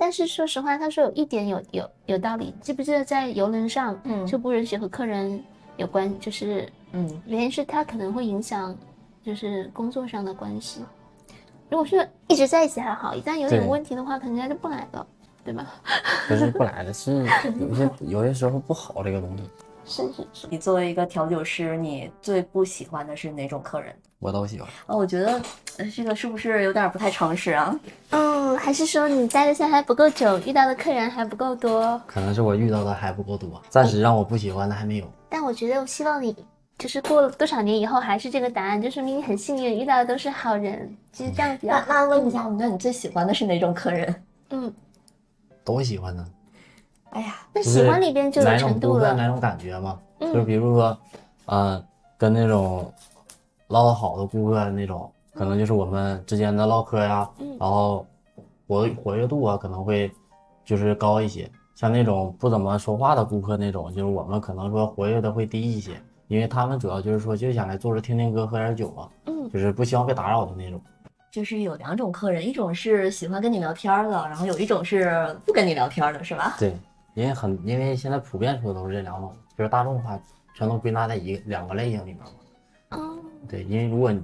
Speaker 3: 但是说实话，他说有一点有有有道理，记不记得在游轮上，
Speaker 1: 嗯
Speaker 3: 就不允许和客人有关，就是
Speaker 1: 嗯，
Speaker 3: 原因是他可能会影响就是工作上的关系。如果是一直在一起还好，一旦有点
Speaker 6: 对
Speaker 3: 问题的话，可能人家就不来了，对吧？
Speaker 6: 不是不来了，
Speaker 3: (laughs)
Speaker 6: 是有些有些时候不好这个东西。
Speaker 3: 是
Speaker 6: (laughs)
Speaker 3: 是是，
Speaker 1: 你作为一个调酒师，你最不喜欢的是哪种客人？
Speaker 6: 我都喜欢，
Speaker 1: 啊，我觉得呃这个是不是有点不太诚实啊？
Speaker 3: 嗯，还是说你待的现在还不够久，遇到的客人还不够多？
Speaker 2: 可能是我遇到的还不够多，暂时让我不喜欢的还没有。
Speaker 3: 但我觉得，我希望你就是过了多少年以后还是这个答案，就说明你很幸运，遇到的都是好人。其实这样比较
Speaker 1: 那那问一下，嗯那你最喜欢的是哪种客人？
Speaker 3: 嗯，
Speaker 2: 都喜欢呢，
Speaker 1: (laughs) 哎呀，
Speaker 3: 那
Speaker 2: 就
Speaker 3: 喜
Speaker 2: 是
Speaker 3: 欢里边就有
Speaker 2: 哪种
Speaker 3: 程
Speaker 2: 顾
Speaker 3: 度
Speaker 2: 客
Speaker 3: 了。
Speaker 2: 哪种感觉嘛。
Speaker 3: 嗯
Speaker 2: 就比如说，呃，跟那种唠得好的顾客那种，可能就是我们之间的唠嗑呀，
Speaker 3: 嗯
Speaker 2: 然后活活跃度啊可能会就是高一些。像那种不怎么说话的顾客那种，就是我们可能说活跃的会低一些，因为他们主要就是说就想来坐着听听歌、喝点酒嘛，
Speaker 3: 嗯，
Speaker 2: 就是不希望被打扰的那种。
Speaker 1: 就是有两种客人，一种是喜欢跟你聊天儿的，然后有一种是不跟你聊天儿的，是吧？
Speaker 2: 对，因为很因为现在普遍说的都是这两种，就是大众化全都归纳在一个两个类型里面嘛。
Speaker 3: 哦，
Speaker 2: 对，因为如果你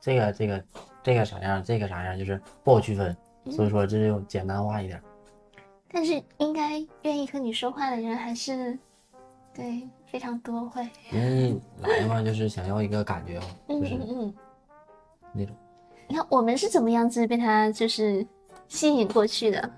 Speaker 2: 这个这个这个啥样，这个啥样，就是不好区分，所以说这就简单化一点。
Speaker 3: 但是应该愿意和你说话的人还是对非常多会。
Speaker 2: 因为来嘛，就是想要一个感觉嘛，
Speaker 3: 嗯
Speaker 2: 就是
Speaker 3: 嗯嗯，
Speaker 2: 那种
Speaker 3: 你看我们是怎么样子被他就是吸引过去的？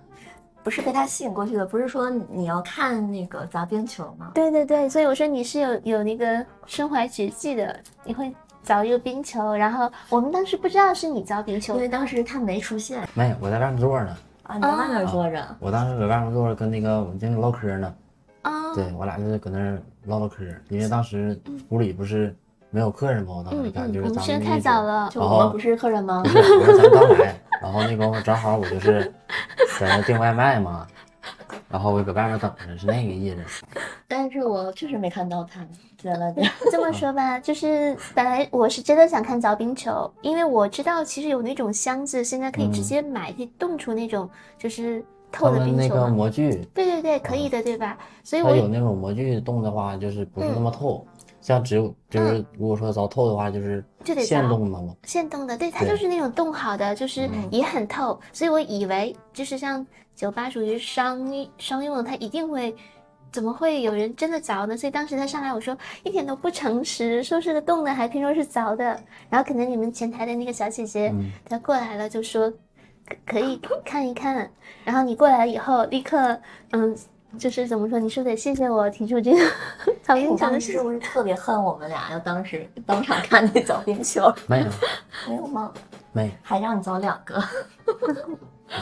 Speaker 1: 不是被他吸引过去的，不是说你要看那个砸边球吗？
Speaker 3: 对对对，所以我说你是有有那个身怀绝技的，你会凿一个冰球，然后我们当时不知道是你凿冰球
Speaker 1: 因，为当时他没出现
Speaker 2: 没有，我在外面坐着呢，
Speaker 1: 啊，你在外面坐着，
Speaker 2: 我当时搁外面坐着跟那个我们经理唠嗑呢，
Speaker 3: 啊、
Speaker 2: 对我俩就是搁那儿唠唠嗑，因为当时屋里不是没有客嗯人嘛，我当时看
Speaker 3: 嗯嗯
Speaker 2: 就是
Speaker 3: 我们
Speaker 2: 咱
Speaker 3: 去
Speaker 2: 们
Speaker 3: 得
Speaker 2: 那
Speaker 3: 太
Speaker 2: 一
Speaker 3: 早
Speaker 2: 桌
Speaker 3: 了
Speaker 1: 就我
Speaker 2: 然后
Speaker 1: 们不是客人吗
Speaker 2: 哦不？是，我说咱刚来，然后那功夫正好我就是在那订外卖嘛，然后我搁外面等着，是那个意思。
Speaker 1: (laughs) 但是我确实没看到他在那 (laughs) 边。
Speaker 3: (laughs) 这么说吧，就是本来我是真的想看凿冰球，因为我知道其实有那种箱子，现在可以直接买，可以冻出那种就是
Speaker 2: 嗯他
Speaker 3: 透的
Speaker 2: 们
Speaker 3: 冰
Speaker 2: 那
Speaker 3: 球
Speaker 2: 个
Speaker 3: 嘛。
Speaker 2: 模具，
Speaker 3: 对对对，可以的，对吧？所以
Speaker 2: 它
Speaker 3: 我嗯
Speaker 2: 有那种模具冻的话，就是不是那么透，像只有就是如果说凿透的话，就是
Speaker 3: 就得凿
Speaker 2: 现冻的
Speaker 3: (laughs)
Speaker 2: 嘛。
Speaker 3: 现冻的，对，它
Speaker 2: 对
Speaker 3: 就是那种冻好的，
Speaker 6: 嗯
Speaker 3: 就是也很透，所以我以为就是像酒吧属于商商用的，它一定会。怎么会有人真的凿呢？所以当时他上来，我说一点都不诚实，说是个冻的，还偏说是凿的。然后可能你们前台的那个小姐姐，
Speaker 2: 嗯
Speaker 3: 她过来了，就说可可以看一看。然后你过来以后，立刻，嗯，就是怎么说，你说得谢谢我提出这个曹
Speaker 1: 哎，
Speaker 3: 新
Speaker 1: 你
Speaker 3: 成
Speaker 1: 当
Speaker 3: 的
Speaker 1: 时
Speaker 3: 事
Speaker 1: 是
Speaker 3: 情。
Speaker 1: 不是特别恨我们俩？要当时当场看那早边球，
Speaker 2: 没有
Speaker 1: 没有吗？
Speaker 2: 没有，
Speaker 1: 还让你早两个，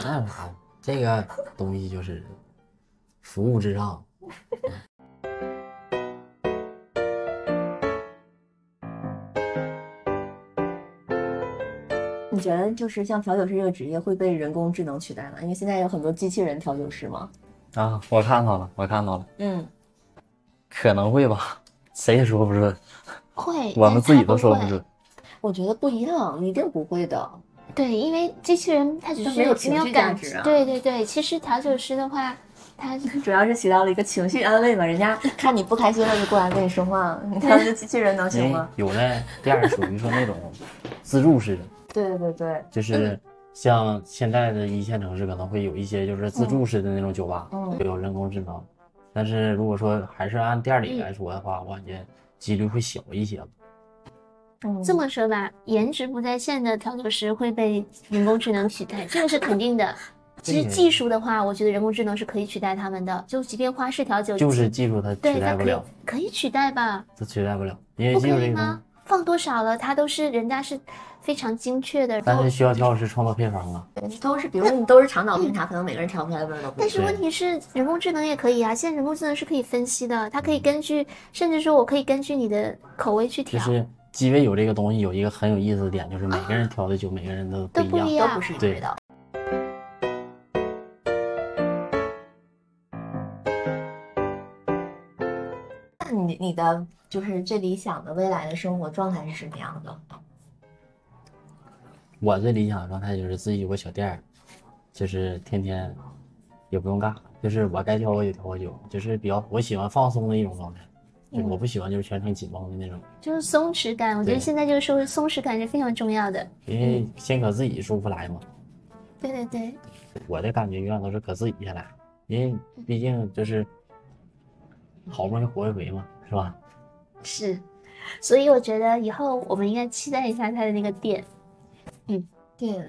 Speaker 2: 那有啥？这个东西就是服务至上。
Speaker 1: 你觉得就是像调酒师这个职业会被人工智能取代吗？因为现在有很多机器人调酒师嘛。
Speaker 6: 啊，我看到了，我看到了，
Speaker 1: 嗯，
Speaker 6: 可能会吧，谁也说不准，
Speaker 3: 会，
Speaker 6: 我们
Speaker 3: 但
Speaker 6: 自己
Speaker 3: 哎他
Speaker 6: 都说不
Speaker 3: 会
Speaker 6: 准。
Speaker 1: 我觉得不一样，你一定不会的。
Speaker 3: 对，因为机器人它只
Speaker 1: 它
Speaker 3: 是
Speaker 1: 没有情绪价
Speaker 3: 感
Speaker 1: 值
Speaker 3: 知
Speaker 1: 啊
Speaker 3: 对对对，其实调酒师的话，他
Speaker 1: 主要是起到了一个情绪安慰嘛，人家看你不开心了就过来跟你说话，你当时机器人能行
Speaker 6: 因为
Speaker 1: 吗？
Speaker 6: 有的店儿属于说那种自助式的，
Speaker 1: 对对对，
Speaker 3: 嗯
Speaker 6: 就是
Speaker 2: 像现在的一线城市可能会有一些就是
Speaker 3: 嗯
Speaker 2: 自助式的那种酒吧，
Speaker 3: 哦
Speaker 1: 嗯
Speaker 2: 会有人工智能，但是如果说还是按店
Speaker 3: 嗯
Speaker 2: 里来说的话，我感觉几率会小一些吧。
Speaker 1: 嗯，
Speaker 3: 这么说吧，颜值不在线的调酒师会被人工智能取代，这个是肯定的。其实
Speaker 2: 对
Speaker 3: 技术的话，我觉得人工智能是可以取代他们的，就即便花式调酒，
Speaker 2: 就是技术它
Speaker 3: 嗯对
Speaker 2: 取代
Speaker 3: 它
Speaker 2: 不
Speaker 3: 可以
Speaker 2: 了，
Speaker 3: 可以取代吧？
Speaker 2: 它取代不了，因为
Speaker 3: 不
Speaker 2: 技术
Speaker 3: 可以
Speaker 2: 这个东
Speaker 3: 吗
Speaker 2: 西，？
Speaker 3: 放多少了，它都是人家是非常精确的。然
Speaker 2: 但
Speaker 3: 后
Speaker 2: 是需要调酒师创造配方啊。
Speaker 1: 都是，比如说你都是长岛冰茶，可能每个人调出来的味儿都不一
Speaker 3: 但
Speaker 1: 样。
Speaker 3: 是问题是，人工智能也可以啊。现在人工智能是可以分析的，它可以根据，甚至说我可以根据你的口味去
Speaker 2: 就
Speaker 3: 调，
Speaker 2: 是鸡尾酒这个东西有一个很有意思的点，就是每个人调的酒，每个人都不
Speaker 3: 啊都
Speaker 2: 一
Speaker 3: 不
Speaker 2: 样
Speaker 3: 一。
Speaker 1: 都
Speaker 3: 样。
Speaker 1: 不是一个
Speaker 2: 对
Speaker 1: 味道。那你你的就是最理想的未来的生活状态是什么样的？
Speaker 2: 我最理想的状态就是自己有个小店儿，就是天天也不用干，就是我该调我也调我酒，就是比较我喜欢放松的一种状态，就是
Speaker 6: 嗯
Speaker 2: 我不喜欢就是全程紧绷的那种，
Speaker 3: 就是松弛感，我觉得
Speaker 2: 对
Speaker 3: 现在这个社会松弛感是非常重要的。
Speaker 2: 因
Speaker 6: 嗯
Speaker 2: 为先可自己舒服来嘛。
Speaker 3: 对对对，
Speaker 2: 我的感觉永远都是可自己先来，因为毕竟就是好不容易活一回嘛，是吧？
Speaker 3: 是。所以我觉得以后我们应该期待一下他的那个店。
Speaker 1: 对，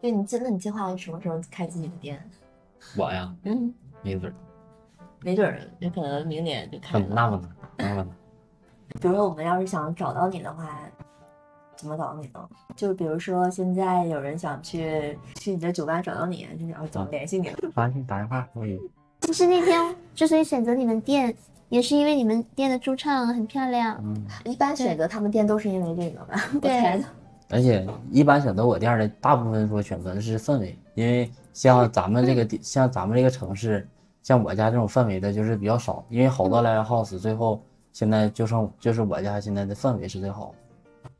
Speaker 1: 对你真的你计划什么时候开自己的店？
Speaker 2: 我呀，
Speaker 1: 嗯，
Speaker 2: 没准儿，
Speaker 1: 没准儿有可能明年就开了。
Speaker 2: 很嗯那不能，那
Speaker 6: (laughs)
Speaker 2: 不能。
Speaker 1: 比如说我们要是想找到你的话，怎么找到你呢？就比如说现在有人想去去你的酒吧找到你，就是要怎么联系你？
Speaker 6: 反正打电话可以。
Speaker 3: 其实那天之所以选择你们店，也是因为你们店的驻唱很漂亮。
Speaker 6: 嗯，
Speaker 1: 一般选择他们店都是因为这个吧？我
Speaker 3: 对
Speaker 1: 猜的。
Speaker 6: 而且一般选择我店儿的，大部分说选择的是氛围，因为
Speaker 3: 嗯
Speaker 6: 像咱们这个地，像咱们这个城市，像我家这种氛围的，就是比较少。因为
Speaker 3: 嗯
Speaker 6: 好多 live house 最后现在就剩就是我家现在的氛围是最好的。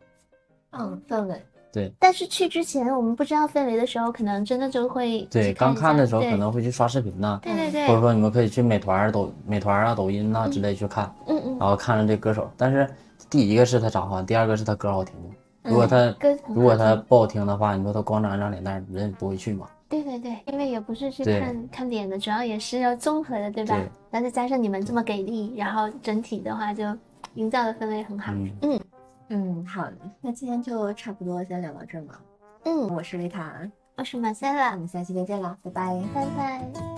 Speaker 1: 嗯，氛围。
Speaker 3: 但是去之前我们不知道氛围的时候，可能真的就会
Speaker 6: 对，
Speaker 3: 去
Speaker 6: 刚
Speaker 3: 一
Speaker 6: 看的
Speaker 3: 下
Speaker 6: 时候
Speaker 3: 对
Speaker 6: 可能会去刷视频呐，
Speaker 3: 对对对，
Speaker 6: 或者说你们可以去美团儿、抖美团儿啊、抖音呐、之类去看，
Speaker 3: 嗯嗯，
Speaker 6: 然后看着这歌手。但是第一个是他长好，第二个是他歌好听。如果
Speaker 3: 嗯
Speaker 6: 他
Speaker 3: 歌很好
Speaker 6: 如果他
Speaker 3: 听
Speaker 6: 不好听的话，你说他光长一张脸蛋儿，人也不会去嘛。
Speaker 3: 对对对，因为也不是去
Speaker 6: 对
Speaker 3: 看看点的，主要也是要综合的，对吧？
Speaker 6: 对
Speaker 3: 然后再加上你们这么给力，然后整体的话就营造的氛围很好。
Speaker 6: 嗯
Speaker 3: 嗯
Speaker 1: 嗯，好，那今天就差不多先聊到这儿吧。
Speaker 3: 嗯，
Speaker 1: 我是维塔，
Speaker 3: 我是马塞拉嗯
Speaker 1: 那我，们下期再见啦，拜拜。
Speaker 3: 拜拜。